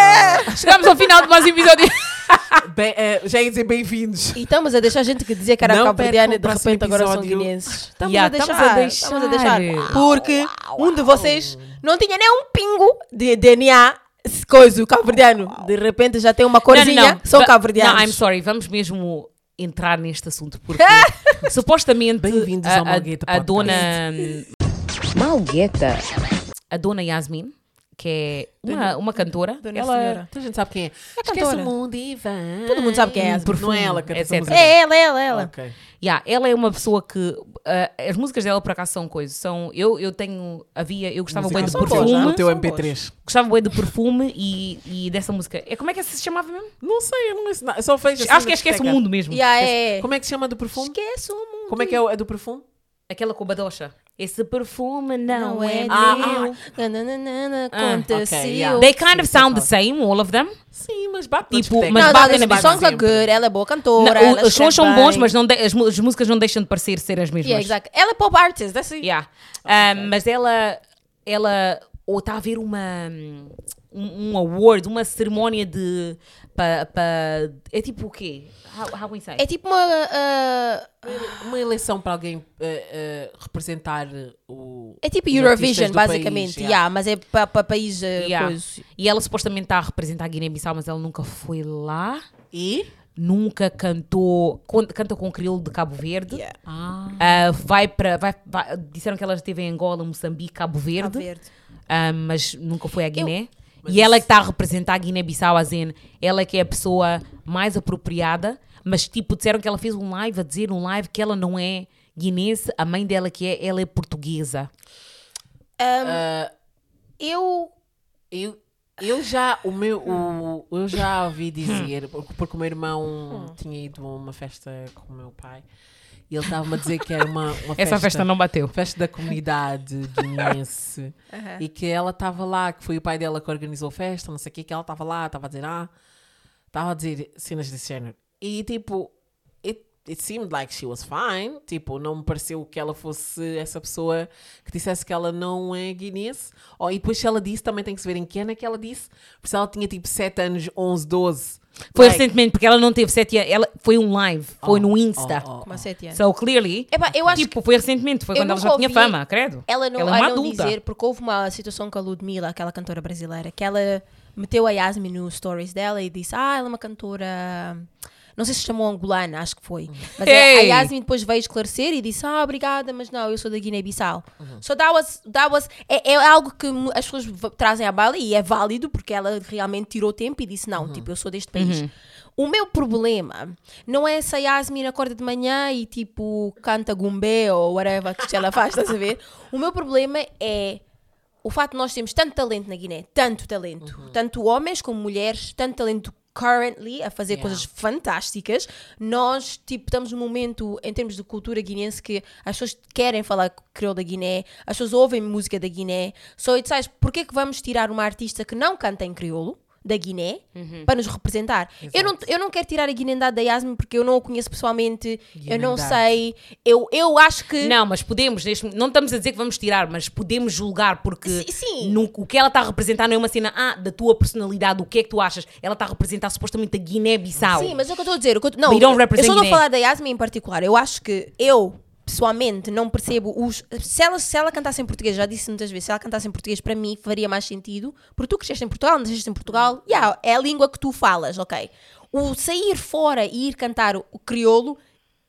Speaker 2: Chegamos ao final de mais um episódio.
Speaker 3: Bem, eh, já ia dizer bem-vindos.
Speaker 1: E estamos a deixar gente que dizia que era
Speaker 3: Não
Speaker 1: cabo-verdiana e de
Speaker 3: percam o próximo
Speaker 1: repente agora são
Speaker 3: episódio.
Speaker 1: guineenses. Estamos,
Speaker 2: Yeah,
Speaker 1: a deixar,
Speaker 2: estamos a deixar.
Speaker 1: estamos a deixar. Porque um de vocês não tinha nem um pingo de DNA, se coisa, o cabo-verdiano. De repente já tem uma corzinha, são
Speaker 2: But-
Speaker 1: cabo-verdianos.
Speaker 2: Não, I'm sorry, vamos mesmo entrar neste assunto porque supostamente
Speaker 3: Bem-vindos
Speaker 2: a,
Speaker 3: ao Malgueta
Speaker 2: a, a
Speaker 3: Podcast.
Speaker 2: dona a dona Yasmin, que é uma, uma cantora,
Speaker 1: Dona
Speaker 2: ela
Speaker 1: Senhora.
Speaker 3: Toda a gente sabe quem é. Esquece
Speaker 1: cantora.
Speaker 3: o mundo e vai.
Speaker 1: Todo mundo sabe quem é essa.
Speaker 3: Não é ela que
Speaker 2: etc.
Speaker 3: canta
Speaker 1: É ela, ela, ela.
Speaker 3: Ok.
Speaker 2: Yeah, ela é uma pessoa que. ah, as músicas dela, por acaso, são coisas. São, eu, eu tenho. Havia. Eu gostava bem de
Speaker 3: Música
Speaker 1: boas,
Speaker 2: perfume.
Speaker 1: não?
Speaker 3: O teu MP3.
Speaker 2: Gostava bem de perfume e, e dessa música. É, como é que essa se chamava mesmo?
Speaker 3: Não sei, eu não sei. nada. Eu só vejo. assim
Speaker 2: Acho que é
Speaker 3: na
Speaker 2: Esquece o
Speaker 3: discoteca.
Speaker 2: Mundo mesmo.
Speaker 1: Yeah, é.
Speaker 3: Como é que se chama do perfume?
Speaker 1: Esquece o mundo.
Speaker 3: Como é que é o é do perfume?
Speaker 2: Aquela com a badocha. Esse perfume não,
Speaker 1: Não
Speaker 2: é
Speaker 1: é
Speaker 3: Ah,
Speaker 2: meu.
Speaker 1: meu. Nananana,
Speaker 2: Ah,
Speaker 1: Aconteceu.
Speaker 3: ok, yeah.
Speaker 2: They kind of sound the same, all of them.
Speaker 3: Sim, mas bate
Speaker 2: Tipo,
Speaker 3: na discoteca.
Speaker 2: mas
Speaker 1: Não,
Speaker 2: batem
Speaker 1: não,
Speaker 2: na
Speaker 1: the songs are
Speaker 3: sempre.
Speaker 1: good, ela é boa
Speaker 2: Não,
Speaker 1: cantora.
Speaker 2: o-
Speaker 1: ela
Speaker 2: os
Speaker 1: escreve
Speaker 2: sons são bons,
Speaker 1: bem.
Speaker 2: mas assim. não de- as, mu- as músicas não deixam de parecer ser as mesmas.
Speaker 1: Yeah, exactly. Ela é pop artist, that's it.
Speaker 2: Yeah. Ah, mas ela, ela ou está a haver uma um, um award, uma cerimónia de pa, pa, é tipo o quê? How, how we say?
Speaker 1: É tipo uma. ah,
Speaker 3: Uma eleição para alguém eh, eh, representar o.
Speaker 1: é tipo
Speaker 3: os artistas
Speaker 1: Eurovision,
Speaker 3: do
Speaker 1: basicamente.
Speaker 3: país,
Speaker 1: yeah, mas é para pa país. ah,
Speaker 2: Yeah.
Speaker 1: coisa.
Speaker 2: E ela supostamente está a representar a Guiné-Bissau, mas ela nunca foi lá,
Speaker 3: E?
Speaker 2: nunca cantou, con- canta com o crioulo de Cabo Verde.
Speaker 1: Yeah.
Speaker 3: Ah.
Speaker 2: Ah, vai para vai, vai- disseram que ela esteve em Angola, Moçambique, Cabo
Speaker 1: A
Speaker 2: Verde.
Speaker 1: verde.
Speaker 2: Ah, mas nunca foi à Guiné. E ela que está a representar a Guiné-Bissau, a Zen, ela que é a pessoa mais apropriada, mas tipo, disseram que ela fez um live a dizer um live que ela não é guinense, a mãe dela que é, ela é portuguesa.
Speaker 1: Eu.
Speaker 3: Eu, eu já, o meu, o, eu já ouvi dizer, porque porque o meu irmão tinha ido a uma festa com o meu pai e ele estava-me a dizer que era uma, uma
Speaker 2: Essa festa não bateu.
Speaker 3: festa da comunidade guinense e que ela estava lá, que foi o pai dela que organizou a festa, não sei o que, que ela estava lá, estava a dizer, ah, estava a dizer cenas desse género. E tipo, it, it seemed like she was fine, tipo, não me pareceu que ela fosse essa pessoa que dissesse que ela não é guinense. Oh, e depois se ela disse, também tem que se ver em que ano é que ela disse, porque se ela tinha tipo 7 anos, 11, 12.
Speaker 2: Foi
Speaker 3: like-
Speaker 2: recentemente, porque ela não teve sete anos, ela foi um live, foi
Speaker 3: Oh,
Speaker 2: no Insta.
Speaker 3: oh, oh,
Speaker 1: Uma
Speaker 3: oh.
Speaker 1: sete anos.
Speaker 2: So clearly,
Speaker 1: Epá, É, eu acho
Speaker 2: tipo, foi recentemente, foi
Speaker 1: eu
Speaker 2: quando ela
Speaker 1: nunca
Speaker 2: já tinha
Speaker 1: ouvi-
Speaker 2: fama, credo.
Speaker 1: Ela não,
Speaker 2: ela é
Speaker 1: ah,
Speaker 2: uma
Speaker 1: não
Speaker 2: adulta.
Speaker 1: dizer, porque houve uma situação com a Ludmilla, aquela cantora brasileira, que ela meteu a Yasmin nos stories dela e disse: Ah, ela é uma cantora Não sei se chamou angolana, acho que foi. Mas é
Speaker 2: Ei!
Speaker 1: a a Yasmin depois veio esclarecer e disse: Ah, obrigada, mas não, eu sou da Guiné-Bissau. So that was. That was é, é algo que mu- as pessoas v- trazem à bala e é válido porque ela realmente tirou tempo e disse: Não, tipo, eu sou deste país. O meu problema não é se a Yasmin acorda de manhã e tipo canta gumbé ou whatever que ela faz, estás a ver? O meu problema é o facto de nós termos tanto talento na Guiné, tanto talento, tanto homens como mulheres, tanto talento currently a fazer coisas fantásticas, nós tipo estamos num momento em termos de cultura guinense que as pessoas querem falar crioulo da Guiné, as pessoas ouvem música da Guiné, so it's like, porquê é que vamos tirar uma artista que não canta em crioulo da Guiné para nos representar? Eu não, eu não quero tirar a guinendade da Yasmin porque eu não a conheço pessoalmente, eu não sei, eu, eu acho que...
Speaker 2: Não, mas podemos, neste- não estamos a dizer que vamos tirar, mas podemos julgar porque
Speaker 1: Si- sim.
Speaker 2: no- o que ela está a representar não é uma cena ah, da tua personalidade, o que é que tu achas? Ela está a representar supostamente a Guiné-Bissau.
Speaker 1: Sim, mas é o que eu estou a dizer. o que eu- não,
Speaker 2: We don't
Speaker 1: eu
Speaker 2: represent
Speaker 1: só estou a
Speaker 2: Guiné.
Speaker 1: falar da Yasmin em particular. Eu acho que eu, pessoalmente, não percebo os. Se ela, se ela cantasse em português, já disse muitas vezes, se ela cantasse em português, para mim faria mais sentido. Porque tu cresceste em Portugal, nasceste em
Speaker 2: Uhum.
Speaker 1: Portugal, yeah, é a língua que tu falas, ok? O sair fora e ir cantar o crioulo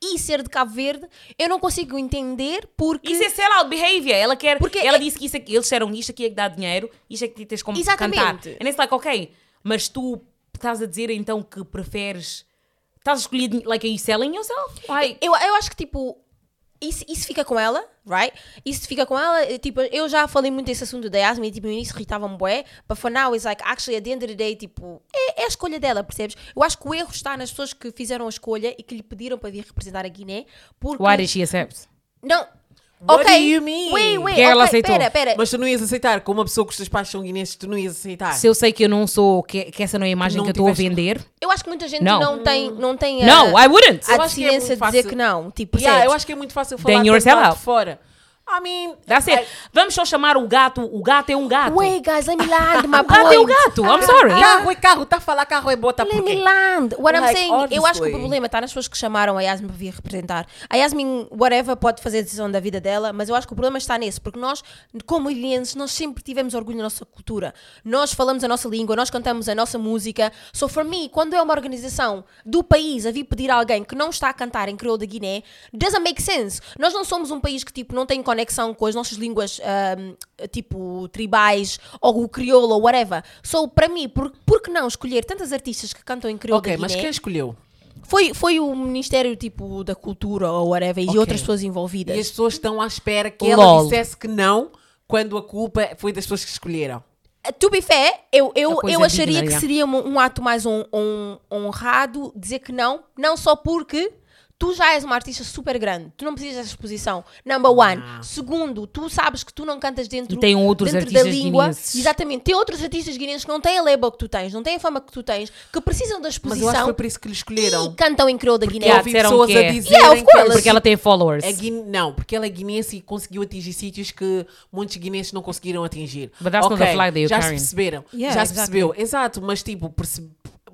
Speaker 1: e ser de Cabo Verde, eu não consigo entender porque.
Speaker 2: Isso é sellout behavior. Ela quer.
Speaker 1: Porque
Speaker 2: ela
Speaker 1: é-
Speaker 2: disse que isso é que- eles disseram isto aqui é que dá dinheiro, isto é que tens como
Speaker 1: Exatamente.
Speaker 2: cantar. And it's like, ok, mas tu estás a dizer então que preferes. Estás a escolher, din- like, are you selling yourself? Like,
Speaker 1: Eu, eu acho que, tipo, isso, isso fica com ela, right? Isso fica com ela. eh, Tipo, eu já falei muito desse assunto da Yasmin e, tipo, no início irritava-me bué. But for now, it's like, actually, at the end of the day, tipo, é, é a escolha dela, percebes? Eu acho que o erro está nas pessoas que fizeram a escolha e que lhe pediram para vir representar a Guiné. Porque...
Speaker 2: why did she accept?
Speaker 1: Não...
Speaker 3: What
Speaker 1: ok.
Speaker 3: do you mean?
Speaker 1: Wait, wait.
Speaker 2: Que ela
Speaker 1: ok,
Speaker 2: aceitou.
Speaker 1: Pera, pera.
Speaker 3: Mas tu não ias aceitar, com uma pessoa que os teus pais são guinenses, tu não ias aceitar.
Speaker 2: Se eu sei que eu não sou, que, que essa não é a imagem
Speaker 3: Não
Speaker 2: Ah. que eu estou a
Speaker 3: tiveste-
Speaker 2: vender.
Speaker 1: Eu acho que muita gente
Speaker 2: Não.
Speaker 1: não tem... Não tem a-
Speaker 2: No, I wouldn't.
Speaker 1: A
Speaker 3: Eu acho que é
Speaker 1: decidência
Speaker 3: muito
Speaker 1: de dizer
Speaker 3: fácil.
Speaker 1: Hum. que não. Tipo,
Speaker 3: Yeah,
Speaker 1: percebes?
Speaker 3: eu acho que é muito fácil falar
Speaker 2: you're
Speaker 3: tanto lá
Speaker 2: sellout.
Speaker 3: de fora. I mean, é,
Speaker 2: That's it. Vamos só chamar o gato. O gato é um gato.
Speaker 1: Wait, Ah, guys, let me land my
Speaker 2: o gato é um
Speaker 1: point.
Speaker 2: gato. I'm sorry.
Speaker 3: carro é carro, tá a falar carro é bota
Speaker 1: Let me
Speaker 3: porque
Speaker 1: land. What I'm
Speaker 3: Like,
Speaker 1: saying, eu acho que
Speaker 3: honestly.
Speaker 1: o problema está nas pessoas que chamaram a Yasmin para vir representar. A Yasmin, whatever, pode fazer a decisão da vida dela, mas eu acho que o problema está nesse, porque nós, como ilienses, nós sempre tivemos orgulho da nossa cultura. Nós falamos a nossa língua, nós cantamos a nossa música. So for me, quando é uma organização do país a vir pedir a alguém que não está a cantar em crioulo da Guiné, doesn't make sense. Nós não somos um país que tipo não tem conexão com as nossas línguas ahm, tipo tribais ou o crioulo ou whatever. So para mim, por, por que não escolher tantas artistas que cantam em crioulo
Speaker 3: Ok,
Speaker 1: da
Speaker 3: mas
Speaker 1: Guiné?
Speaker 3: quem escolheu?
Speaker 1: Foi, foi o Ministério tipo da Cultura ou whatever e
Speaker 3: Ok.
Speaker 1: outras pessoas
Speaker 3: E
Speaker 1: envolvidas.
Speaker 3: as pessoas estão à espera que
Speaker 2: Lol.
Speaker 3: ela dissesse que não, quando a culpa foi das pessoas que escolheram.
Speaker 1: Eh, To be fair, eu,
Speaker 2: A
Speaker 1: eu,
Speaker 2: coisa
Speaker 1: eu
Speaker 2: é
Speaker 1: acharia
Speaker 2: digna,
Speaker 1: que
Speaker 2: já.
Speaker 1: seria um, um ato mais hon- hon- honrado dizer que não, não só porque tu já és uma artista super grande, tu não precisas dessa exposição, number one. Segundo, tu sabes que tu não cantas dentro,
Speaker 2: E tem outros
Speaker 1: dentro da
Speaker 2: artistas
Speaker 1: língua.
Speaker 2: guineenses.
Speaker 1: Exatamente, tem outros artistas guineenses que não têm a label que tu tens, não têm a fama que tu tens, que precisam da
Speaker 3: Mas eu acho que
Speaker 1: exposição
Speaker 3: foi por isso que lhe
Speaker 1: e
Speaker 3: escolheram.
Speaker 1: cantam em crioulo da Guiné.
Speaker 2: há
Speaker 3: Eu ouvi
Speaker 2: disseram
Speaker 3: pessoas
Speaker 2: que é.
Speaker 3: a dizerem
Speaker 1: Yeah, of
Speaker 3: que
Speaker 1: course.
Speaker 3: elas-
Speaker 2: Porque ela tem followers.
Speaker 3: É guin... Não, porque ela é guinense e conseguiu atingir sítios que muitos guinenses não conseguiram atingir.
Speaker 2: But that's not the
Speaker 3: Ok,
Speaker 2: flag that you're
Speaker 3: já
Speaker 2: carrying.
Speaker 3: se perceberam.
Speaker 1: Yeah,
Speaker 3: já se
Speaker 1: exactly.
Speaker 3: percebeu. Exato, mas tipo, perce-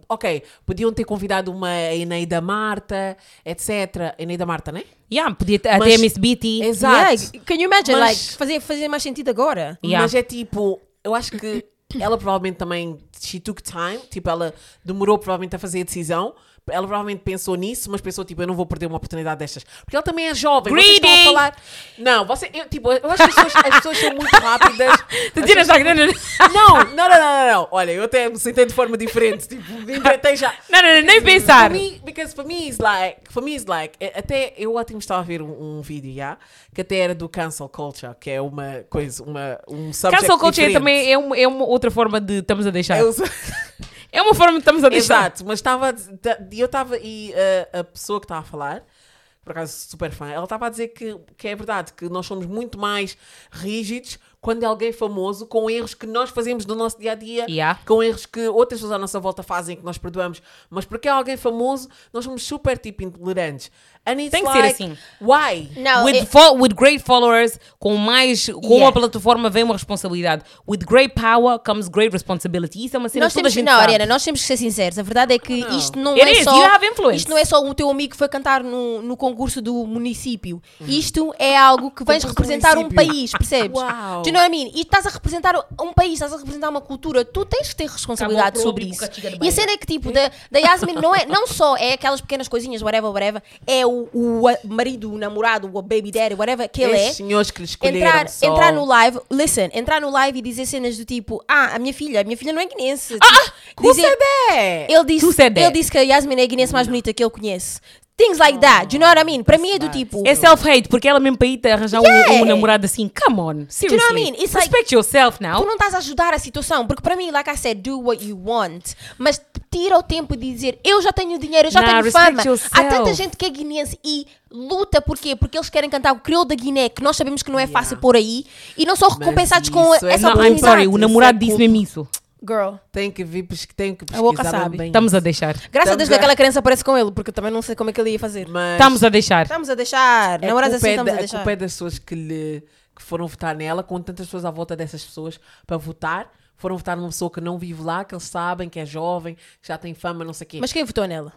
Speaker 3: ok, podiam ter convidado uma Eneida Marta, etc. Eneida Marta, né?
Speaker 2: Yeah, podia ter- até
Speaker 3: Mas-
Speaker 2: Miss Beatty.
Speaker 3: Exato.
Speaker 1: Yeah, can you imagine,
Speaker 3: Mas-
Speaker 1: like, fazer, fazer mais sentido agora?
Speaker 2: Yeah.
Speaker 3: Mas é tipo, eu acho que ela provavelmente também, she took time, tipo, ela demorou provavelmente a fazer a decisão. Ela provavelmente pensou nisso, mas pensou, tipo, eu não vou perder uma oportunidade destas. Porque ela também é jovem. Vocês estão
Speaker 2: Greedy!
Speaker 3: a falar. Não, você, eu, tipo, eu acho que as pessoas, as pessoas são muito rápidas.
Speaker 2: Tu tiras a grana.
Speaker 3: Não, não, não, não, não, não. Olha, eu até me sentei de forma diferente. Tipo, me enfrentei já.
Speaker 2: Não, não, não, nem pensar.
Speaker 3: For me, because for me it's like, for me it's like, eh, até eu ontem estava a ver um, um vídeo, já, que até era do cancel culture, que é uma coisa, uma, um subject
Speaker 2: Cancel culture
Speaker 3: diferente.
Speaker 2: também é uma, é uma outra forma de estamos a deixar.
Speaker 3: Eu sou-
Speaker 2: É uma forma de estamos a deixar.
Speaker 3: Exato, mas estava. a dizer- ta- e Eu estava. E uh, a, a pessoa que estava a falar, por acaso super fã, ela estava a dizer que, que é verdade, que nós somos muito mais rígidos quando é alguém famoso, com erros que nós fazemos no nosso dia a dia,
Speaker 2: Yeah.
Speaker 3: com erros que outras pessoas à nossa volta fazem que nós perdoamos, mas porque é alguém famoso, nós somos super tipo intolerantes. And it's
Speaker 2: Tem que ser
Speaker 3: like,
Speaker 2: assim.
Speaker 3: Why?
Speaker 1: Não,
Speaker 2: with,
Speaker 1: eu-
Speaker 2: fo- with great followers, com mais, com uma
Speaker 1: Yeah.
Speaker 2: plataforma vem uma responsabilidade. With great power comes great responsibility. Isso é uma cena
Speaker 1: nós
Speaker 2: que toda a
Speaker 1: temos,
Speaker 2: gente
Speaker 1: não,
Speaker 2: sabe.
Speaker 1: Ariana, nós temos que ser sinceros. A verdade é que
Speaker 3: Não.
Speaker 1: isto não
Speaker 2: It
Speaker 1: é
Speaker 2: is,
Speaker 1: só.
Speaker 2: you have influence.
Speaker 1: Isto não é só o teu amigo que foi cantar no, no concurso do município. Isto é algo que vens
Speaker 3: Concurso do
Speaker 1: representar um
Speaker 3: município.
Speaker 1: país, percebes?
Speaker 3: Uau.
Speaker 1: Do you know what I mean? E estás a representar um país, estás a representar uma cultura, tu tens que ter responsabilidade
Speaker 2: Acabou o
Speaker 1: sobre
Speaker 2: próprio
Speaker 1: isso.
Speaker 2: Bocachiga de
Speaker 1: E a
Speaker 2: Bahia.
Speaker 1: cena é que, tipo, da, da Yasmin não, é, não só é aquelas pequenas coisinhas, whatever, whatever, é o, o a- marido, o namorado, o baby daddy, whatever que ele
Speaker 3: Esses
Speaker 1: é.
Speaker 3: senhores que lhe escolheram
Speaker 1: Entrar,
Speaker 3: só.
Speaker 1: entrar no live, listen, entrar no live e dizer cenas do tipo, ah, a minha filha, a minha filha não é guinense. Ah,
Speaker 3: é
Speaker 1: dizer, ele disse,
Speaker 2: Tu said that.
Speaker 1: ele disse que a Yasmin é a guinense mais bonita que ele conhece. Things like that, do you know what I mean? Para mim é do tipo.
Speaker 2: É self-hate, porque ela mesmo para ir te arranjar um- um,
Speaker 1: Yeah.
Speaker 2: namorado assim. Come on, seriously.
Speaker 1: what I mean? It's like-
Speaker 2: Respect yourself now.
Speaker 1: Tu não estás a ajudar a situação, porque para mim, like I said, do what you want. Mas tira o tempo de dizer, eu já tenho dinheiro, eu já
Speaker 2: Nah,
Speaker 1: tenho
Speaker 2: respect
Speaker 1: fama.
Speaker 2: yourself.
Speaker 1: Há tanta gente que é guinense e luta, porquê? Porque eles querem cantar o crioulo da Guiné, que nós sabemos que não é fácil por aí, e não são recompensados com
Speaker 3: isso é-
Speaker 1: essa
Speaker 2: Não, I'm
Speaker 1: oportunidade.
Speaker 2: sorry, o namorado
Speaker 3: Isso é
Speaker 2: disse mesmo isso.
Speaker 1: Girl,
Speaker 3: Tem que vir, pesqui- tem que
Speaker 1: A boca
Speaker 3: pesquisar
Speaker 1: sabe.
Speaker 3: bem.
Speaker 2: Estamos a deixar.
Speaker 1: graças a Deus que
Speaker 3: Também.
Speaker 1: aquela criança aparece com ele, porque eu também não sei como é que ele ia fazer.
Speaker 3: Mas
Speaker 2: Estamos a deixar.
Speaker 1: Estamos a deixar,
Speaker 3: a
Speaker 1: namorados assim
Speaker 3: culpa é da-
Speaker 1: estamos a
Speaker 3: a
Speaker 1: deixar.
Speaker 3: culpa é das pessoas que, lhe, que foram votar nela, com tantas pessoas à volta dessas pessoas para votar. Foram votar numa pessoa que não vive lá, que eles sabem, que é jovem, que já tem fama, não sei o quê.
Speaker 1: Mas quem votou nela?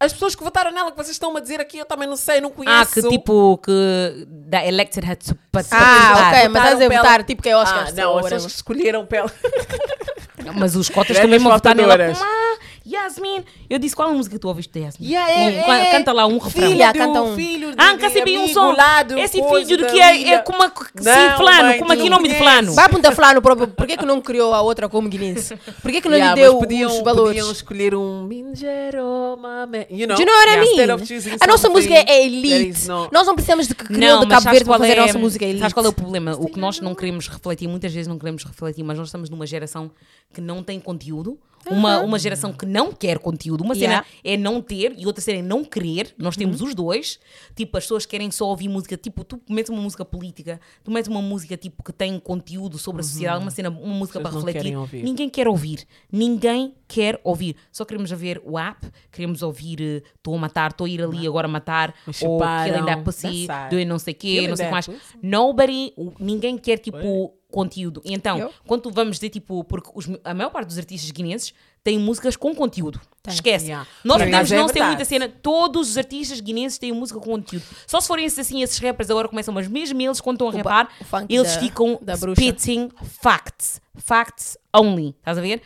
Speaker 3: As pessoas que votaram nela, que vocês estão a dizer aqui, eu também não sei, não
Speaker 2: Ah,
Speaker 3: conheço.
Speaker 2: que tipo, que da elected had to
Speaker 1: Ah,
Speaker 2: participar.
Speaker 1: ok, mas estás a
Speaker 3: pela-
Speaker 1: votar, tipo que é Oscar.
Speaker 3: Ah,
Speaker 1: so
Speaker 3: não, as
Speaker 1: whatever.
Speaker 3: pessoas que escolheram pela.
Speaker 2: Mas os cotas
Speaker 3: Grandes
Speaker 2: também vão votar nela.
Speaker 3: votadoras.
Speaker 2: como, Ah, Yasmin. Eu disse, qual é a música que tu ouviste da Yasmin?
Speaker 3: Yeah,
Speaker 2: Um,
Speaker 3: é,
Speaker 2: qua-
Speaker 3: é,
Speaker 2: canta lá um refrão.
Speaker 1: Filha,
Speaker 3: do-
Speaker 1: canta um.
Speaker 3: Filho
Speaker 2: Ah,
Speaker 3: de
Speaker 2: nunca sabia um
Speaker 3: amigo,
Speaker 2: som.
Speaker 3: lado,
Speaker 2: Esse
Speaker 3: coisa
Speaker 2: filho do
Speaker 3: da
Speaker 2: que é, é
Speaker 3: ilha.
Speaker 2: como a, sim,
Speaker 3: Não,
Speaker 2: fulano,
Speaker 3: mãe,
Speaker 2: como aqui
Speaker 3: tu
Speaker 2: nome de
Speaker 3: conheces.
Speaker 2: fulano.
Speaker 1: Vai perguntar fulano próprio, porquê que não criou a outra como guinense? Porquê que não
Speaker 3: Yeah,
Speaker 1: lhe deu
Speaker 3: mas podiam,
Speaker 1: os valores?
Speaker 3: podiam escolher um Minjero, mame. You know,
Speaker 1: Do you know what I
Speaker 3: Yeah.
Speaker 1: mean?
Speaker 3: Instead of choosing
Speaker 1: A nossa
Speaker 3: something
Speaker 1: música é
Speaker 3: that is
Speaker 1: elite.
Speaker 3: not-
Speaker 1: Nós não precisamos de que criou
Speaker 2: Não,
Speaker 1: de
Speaker 2: mas
Speaker 1: Cabo
Speaker 2: sabes
Speaker 1: Verde para
Speaker 2: qual
Speaker 1: fazer
Speaker 2: é,
Speaker 1: a nossa música elite.
Speaker 2: Sabes qual é o problema? O que nós não queremos refletir, muitas vezes não queremos refletir, mas nós estamos numa geração que não tem conteúdo. Uma, uma geração que não quer conteúdo, uma cena
Speaker 1: Yeah. Uhum.
Speaker 2: é não ter e outra cena é não querer. Nós temos os dois. Tipo, as pessoas querem só ouvir música. Tipo, tu metes uma música política, tu metes uma música tipo que tem conteúdo sobre a
Speaker 1: Uhum.
Speaker 2: sociedade, uma cena, uma música
Speaker 3: As pessoas
Speaker 2: para
Speaker 3: não
Speaker 2: refletir.
Speaker 3: querem ouvir.
Speaker 2: Ninguém quer ouvir. Ninguém quer ouvir. Só queremos ver o app, queremos ouvir estou a matar, estou a ir ali agora matar,
Speaker 3: Me
Speaker 2: ou
Speaker 3: Uhum. chuparam,
Speaker 2: killing that pussy,
Speaker 3: dançar.
Speaker 2: doing não sei o quê,
Speaker 3: Killing
Speaker 2: não sei o que mais.
Speaker 3: that pussy.
Speaker 2: Nobody, o- ninguém quer tipo conteúdo. E então,
Speaker 1: Eu?
Speaker 2: quando tu vamos dizer tipo, porque os- a maior parte dos artistas guineenses têm músicas com conteúdo. Esquece.
Speaker 3: Yeah.
Speaker 2: Nós
Speaker 3: Por
Speaker 2: podemos
Speaker 3: acaso é
Speaker 2: não ter
Speaker 3: verdade.
Speaker 2: muita cena. Todos os artistas guineenses têm música com conteúdo. Só se forem esses assim, esses rappers agora começam, mas mesmo eles, quando estão a
Speaker 1: ba-
Speaker 2: rapar,
Speaker 1: o funk
Speaker 2: eles
Speaker 1: da-
Speaker 2: ficam
Speaker 1: da bruxa.
Speaker 2: spitting facts. Facts only. Estás a ver?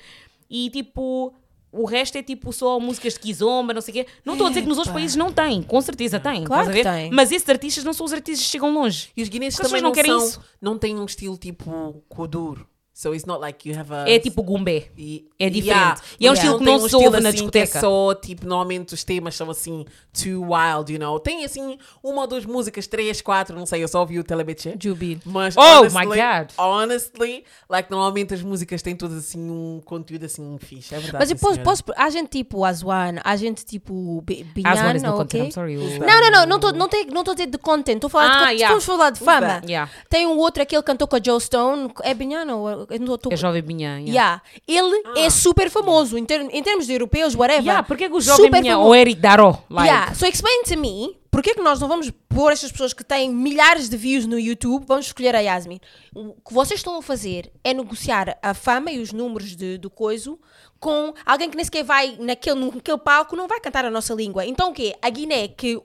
Speaker 2: E tipo. O resto é tipo só músicas de kizomba, não sei o quê. Não estou a dizer que nos outros países não têm, com certeza têm.
Speaker 1: Claro
Speaker 2: estás a ver?
Speaker 1: que tem.
Speaker 2: Mas esses artistas não são os artistas que chegam longe.
Speaker 3: E os guineenses
Speaker 2: Porque as
Speaker 3: também
Speaker 2: pessoas não
Speaker 3: não,
Speaker 2: querem
Speaker 3: são,
Speaker 2: isso.
Speaker 3: não têm um estilo tipo Kuduro. So it's not like you have a...
Speaker 2: É tipo gumbé.
Speaker 3: E-
Speaker 2: é diferente. E é um
Speaker 3: Yeah.
Speaker 2: estilo que não
Speaker 3: tem um
Speaker 2: se ouve
Speaker 3: estilo
Speaker 2: na
Speaker 3: assim que
Speaker 2: discoteca.
Speaker 3: É só, tipo, normalmente os temas são assim, too wild, you know. Tem assim, uma ou duas músicas, três, quatro, não sei, eu só ouvi o Telebetche.
Speaker 1: Jubi.
Speaker 3: Mas,
Speaker 2: Oh,
Speaker 3: honestly-
Speaker 2: my God.
Speaker 3: Honestly, like, normalmente as músicas têm todas assim um conteúdo assim fixe, é verdade.
Speaker 1: Mas
Speaker 3: sim,
Speaker 1: eu posso,
Speaker 3: senhora.
Speaker 1: posso- há gente tipo Azwan, há gente tipo Bi-
Speaker 2: As one
Speaker 1: Binhan,
Speaker 2: is no
Speaker 1: ok?
Speaker 2: content, I'm sorry. o-
Speaker 1: Não, não, não, não estou não tem- não estou a dizer de content, estou a falar
Speaker 2: Ah,
Speaker 1: de content,
Speaker 2: yeah.
Speaker 1: estamos a falar de fama.
Speaker 2: that? Yeah.
Speaker 1: Tem um outro, aquele que cantou com a Joe Stone, é Binhan ou... eu não estou-
Speaker 2: É jovem Binhã. Yeah.
Speaker 1: Yeah. Ele é super famoso em, ter- em termos de europeus, whatever.
Speaker 2: Yeah, porque é que o jovem
Speaker 1: Super
Speaker 2: Binhã
Speaker 1: famoso.
Speaker 2: ou Eric Daró? Like,
Speaker 1: Yeah. So explain to me, porquê é que nós não vamos pôr estas pessoas que têm milhares de views no YouTube, vamos escolher a Yasmin? O que vocês estão a fazer é negociar a fama e os números de, do coiso com alguém que nem sequer vai naquele, naquele palco, não vai cantar a nossa língua. Então o quê? A Guiné, que,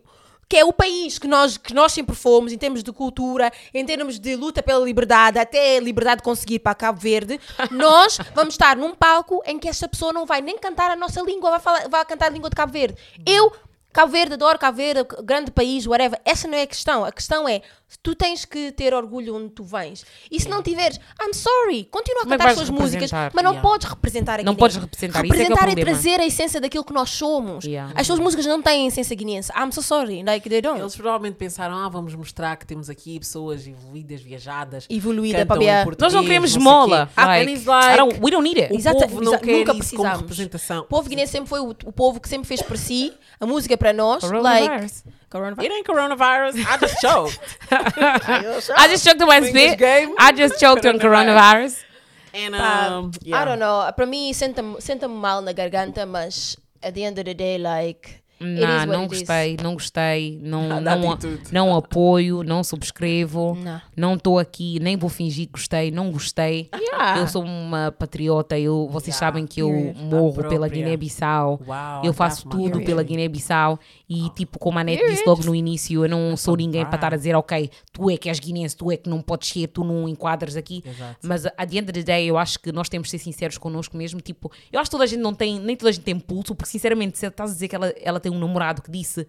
Speaker 1: que é o país que nós, que nós sempre fomos, em termos de cultura, em termos de luta pela liberdade, até a liberdade conseguir para Cabo Verde, nós vamos estar num palco em que esta pessoa não vai nem cantar a nossa língua, vai, falar, vai cantar a língua de Cabo Verde. Eu Cabo Verde, adoro Cabo Verde, grande país, whatever. Essa não é a questão. A questão é, tu tens que ter orgulho onde tu vens. E se não tiveres, I'm sorry, continua a
Speaker 2: Mas
Speaker 1: cantar as
Speaker 2: é vais
Speaker 1: tuas músicas,
Speaker 2: representar,
Speaker 1: mas não
Speaker 2: yeah.
Speaker 1: podes representar a
Speaker 2: Não
Speaker 1: Guiné.
Speaker 2: podes representar, isso é que é o
Speaker 1: Representar
Speaker 2: problema.
Speaker 1: trazer a essência daquilo que nós somos.
Speaker 2: Yeah.
Speaker 1: As tuas músicas não têm a essência guineense. I'm so sorry, like they don't.
Speaker 3: Eles provavelmente pensaram, ah, vamos mostrar que temos aqui pessoas evoluídas, viajadas.
Speaker 1: Evoluída,
Speaker 3: cantam
Speaker 1: para ver.
Speaker 3: em português,
Speaker 2: Nós não queremos
Speaker 3: sei
Speaker 2: mola.
Speaker 3: quê. Ah, and
Speaker 2: Like,
Speaker 3: it's like,
Speaker 2: I don't- we don't need it.
Speaker 1: É, Exata-
Speaker 3: povo não
Speaker 1: exa-
Speaker 3: quer
Speaker 1: nunca
Speaker 3: isso como
Speaker 1: precisamos.
Speaker 3: representação.
Speaker 1: O povo guinense sempre foi o, o povo que sempre fez por si, a música é para nós. Like,
Speaker 2: Coronavirus.
Speaker 1: coronavirus.
Speaker 3: It ain't coronavirus, I just choked.
Speaker 2: I just choked on Wednesday.
Speaker 3: English game.
Speaker 2: I just choked on coronavirus.
Speaker 3: And,
Speaker 1: Pá,
Speaker 3: um, yeah.
Speaker 1: I don't know. Para mim, senta-me senta-me mal na garganta, mas at the end of the day, like. It is
Speaker 2: Nah,
Speaker 1: what
Speaker 2: não
Speaker 1: it is.
Speaker 2: gostei, não gostei, não,
Speaker 3: Ah, da
Speaker 2: não,
Speaker 3: atitude.
Speaker 2: não apoio, não subscrevo,
Speaker 1: Não.
Speaker 2: não estou aqui, nem vou fingir que gostei, não gostei.
Speaker 4: Yeah.
Speaker 2: Eu sou uma patriota, eu, vocês
Speaker 3: Yeah.
Speaker 2: sabem que eu
Speaker 4: Period.
Speaker 2: morro pela
Speaker 3: Própria.
Speaker 2: Guiné-Bissau.
Speaker 3: Uau,
Speaker 2: Eu faço
Speaker 3: that's my
Speaker 2: tudo
Speaker 3: period.
Speaker 2: pela Guiné-Bissau e, tipo, como a Net disse logo no início, eu não sou ninguém para estar a dizer, ok, tu é que és guinense, tu é que não podes ser, tu não enquadras aqui.
Speaker 3: Exato.
Speaker 2: Mas adiante da ideia, eu acho que nós temos de ser sinceros connosco mesmo. Tipo, eu acho que toda a gente não tem, nem toda a gente tem pulso, porque sinceramente, se estás a dizer que ela, ela tem um namorado que disse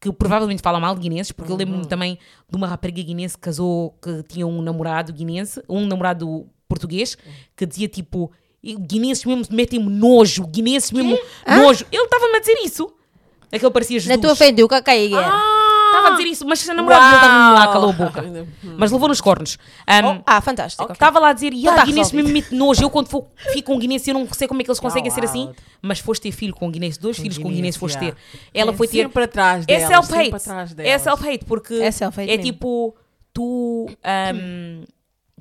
Speaker 2: que provavelmente fala mal de guinenses, porque
Speaker 1: Uhum.
Speaker 2: eu lembro-me também de uma rapariga guinense que casou, que tinha um namorado guinense, um namorado português,
Speaker 1: Uhum.
Speaker 2: que dizia tipo. "E Guinenses mesmo metem-me nojo, guinenses mesmo nojo. Ele estava-me a dizer isso. É que ele parecia Jesus.
Speaker 1: Na tua frente, o que é que é?
Speaker 2: Estava a dizer isso, mas a namorada
Speaker 1: tá
Speaker 2: dele estava lá, calou a boca. Mas levou nos cornos. Ahm,
Speaker 1: Ah, fantástico.
Speaker 3: Oh,
Speaker 2: Estava lá a dizer, e
Speaker 1: Então
Speaker 2: a
Speaker 1: tá
Speaker 2: Guinness me
Speaker 1: resolvido."
Speaker 2: mete nojo. Eu, quando for, fico com Guinness, eu não sei como é que eles conseguem ser assim.
Speaker 3: wild.
Speaker 2: Mas foste ter filho com Guinness, dois filhos com Guinness
Speaker 3: Tá Guinness,
Speaker 2: foste ter.
Speaker 3: yeah. É
Speaker 2: Ela foi ter.
Speaker 3: Sempre atrás
Speaker 2: É
Speaker 3: delas. sempre atrás
Speaker 2: self-hate.
Speaker 3: delas.
Speaker 2: É self-hate, porque
Speaker 4: É self-hate
Speaker 2: é
Speaker 4: mesmo.
Speaker 2: tipo, tu. ahm,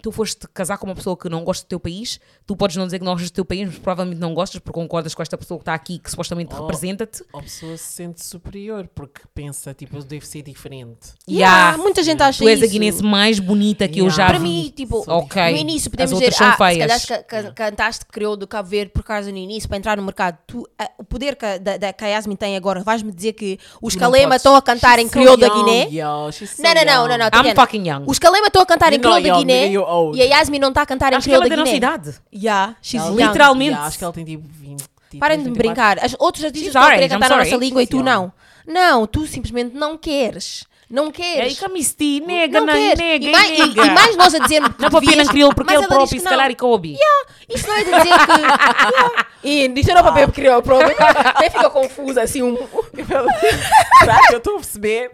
Speaker 2: Tu foste casar com uma pessoa que não gosta do teu país, tu podes não dizer que não gostas do teu país, mas provavelmente não gostas porque concordas com esta pessoa que está aqui, que supostamente
Speaker 3: Oh.
Speaker 2: representa-te.
Speaker 3: A pessoa se sente superior porque pensa, tipo, eu devo ser diferente.
Speaker 1: Yeah,
Speaker 2: Yeah.
Speaker 1: muita gente acha
Speaker 2: Tu és a
Speaker 1: isso.
Speaker 2: guinense mais bonita que eu
Speaker 3: Yeah.
Speaker 2: já
Speaker 1: Para
Speaker 2: vi.
Speaker 1: mim, tipo,
Speaker 2: Ok.
Speaker 1: no início
Speaker 2: As
Speaker 1: podemos dizer,
Speaker 2: outras são
Speaker 1: ah, se
Speaker 2: feias.
Speaker 1: calhar ca- ca- cantaste criou do Cabo Verde por causa no início para entrar no mercado. Tu, ah, o poder que, a- da, da, que a Yasmin tem agora, vais-me dizer que os
Speaker 3: Tu não
Speaker 1: Calema
Speaker 3: podes.
Speaker 1: estão a cantar em
Speaker 3: So
Speaker 1: crioulo da
Speaker 3: young,
Speaker 1: Guiné?
Speaker 3: yo, she's so
Speaker 1: Não, não, não,
Speaker 3: young.
Speaker 1: não, não.
Speaker 2: I'm
Speaker 1: Tatiana.
Speaker 2: fucking young.
Speaker 1: Os Calema estão a cantar em
Speaker 3: You're not
Speaker 1: crioulo da
Speaker 3: young,
Speaker 1: Guiné
Speaker 3: nigga, you're old.
Speaker 1: e a Yasmin não está a cantar em
Speaker 2: Acho que ela
Speaker 1: crioulo da
Speaker 2: é da nossa
Speaker 1: Guiné.
Speaker 2: idade.
Speaker 1: Yeah, she's
Speaker 3: Ela
Speaker 1: young.
Speaker 3: tem-
Speaker 2: Literalmente.
Speaker 3: Yeah, acho que ela tem tipo 20.
Speaker 1: Parem de me brincar. As outros artistas
Speaker 2: She's
Speaker 1: estão a querer
Speaker 2: orange, I'm
Speaker 1: cantar a nossa
Speaker 2: sorry.
Speaker 1: língua e tu
Speaker 3: She's
Speaker 1: não. Não, tu simplesmente não queres. Não
Speaker 2: É, e
Speaker 1: queres.
Speaker 2: camisti, nega,
Speaker 1: não
Speaker 2: na,
Speaker 1: queres.
Speaker 2: nega,
Speaker 1: e, mais, e-
Speaker 2: é nega.
Speaker 1: e mais nós a dizermos que
Speaker 2: Não é para pena
Speaker 1: devias,
Speaker 2: criou porque
Speaker 1: mas
Speaker 2: ele
Speaker 1: ela diz
Speaker 2: próprio,
Speaker 1: que
Speaker 2: se
Speaker 1: não.
Speaker 2: calhar, e coube.
Speaker 1: Isso não é de dizer que. Yeah. E isto não é papel criou, provavelmente. Até fica confusa assim. Um...
Speaker 3: Será que eu estou a perceber?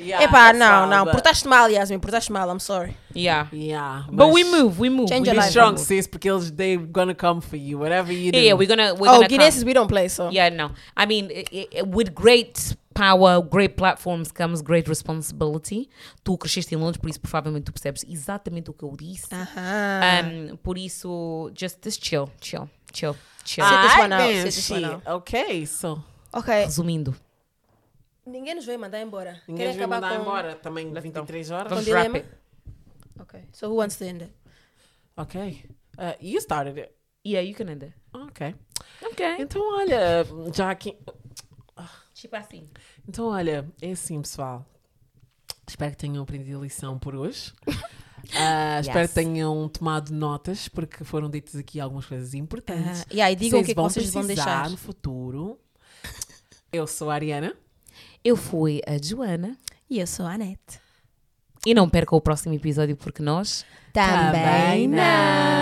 Speaker 3: Yeah,
Speaker 1: Epá,
Speaker 3: that's
Speaker 1: não,
Speaker 3: how,
Speaker 1: não.
Speaker 3: but-
Speaker 1: Portaste mal, Yasmin, portaste mal, I'm sorry.
Speaker 2: Yeah.
Speaker 3: Yeah,
Speaker 2: But we move, we move.
Speaker 1: Change
Speaker 2: we
Speaker 1: your
Speaker 3: Be
Speaker 1: life.
Speaker 2: move.
Speaker 3: strong, sis, porque eles they gonna come for you, whatever you do.
Speaker 2: Yeah, yeah, we're gonna, we're
Speaker 1: oh,
Speaker 2: gonna
Speaker 1: Guinness, we don't play, so.
Speaker 2: come. Yeah, no. I mean, i- i- with great power, great platforms comes great responsibility. Tu cresceste em Londres, por isso provavelmente tu percebes exatamente o que eu disse.
Speaker 1: Aham.
Speaker 2: Um, por isso, just, just chill, chill, chill, chill.
Speaker 1: Ah. this
Speaker 3: Alright,
Speaker 1: one out,
Speaker 3: then,
Speaker 1: sit this one
Speaker 3: shit. Okay, so
Speaker 1: ok.
Speaker 2: Resumindo.
Speaker 1: Ninguém nos veio mandar embora.
Speaker 3: ninguém nos
Speaker 1: Querem
Speaker 3: vai
Speaker 1: acabar
Speaker 3: mandar
Speaker 1: com.
Speaker 3: embora também 23 horas.
Speaker 2: Vamos
Speaker 1: Com
Speaker 2: wrap
Speaker 1: dilema?
Speaker 2: it.
Speaker 1: Ok. So who wants to end it?
Speaker 3: Ok, Uh, you started it.
Speaker 2: Yeah, you can end it.
Speaker 3: Ok,
Speaker 2: Ok.
Speaker 3: então olha, já que
Speaker 2: Tipo assim.
Speaker 3: Então, olha, é assim, pessoal. Espero que tenham aprendido a lição por hoje. Ah, Espero que tenham tomado notas, porque foram ditas aqui algumas coisas importantes.
Speaker 1: Ah, yeah, e digam o que é que
Speaker 3: vão
Speaker 1: vocês vão
Speaker 3: precisar
Speaker 1: deixar.
Speaker 3: no futuro. Eu sou a Ariana.
Speaker 2: Eu fui a Joana.
Speaker 1: E eu sou a Anete. Tá,
Speaker 2: E não perca o próximo episódio porque nós
Speaker 1: Também
Speaker 3: não.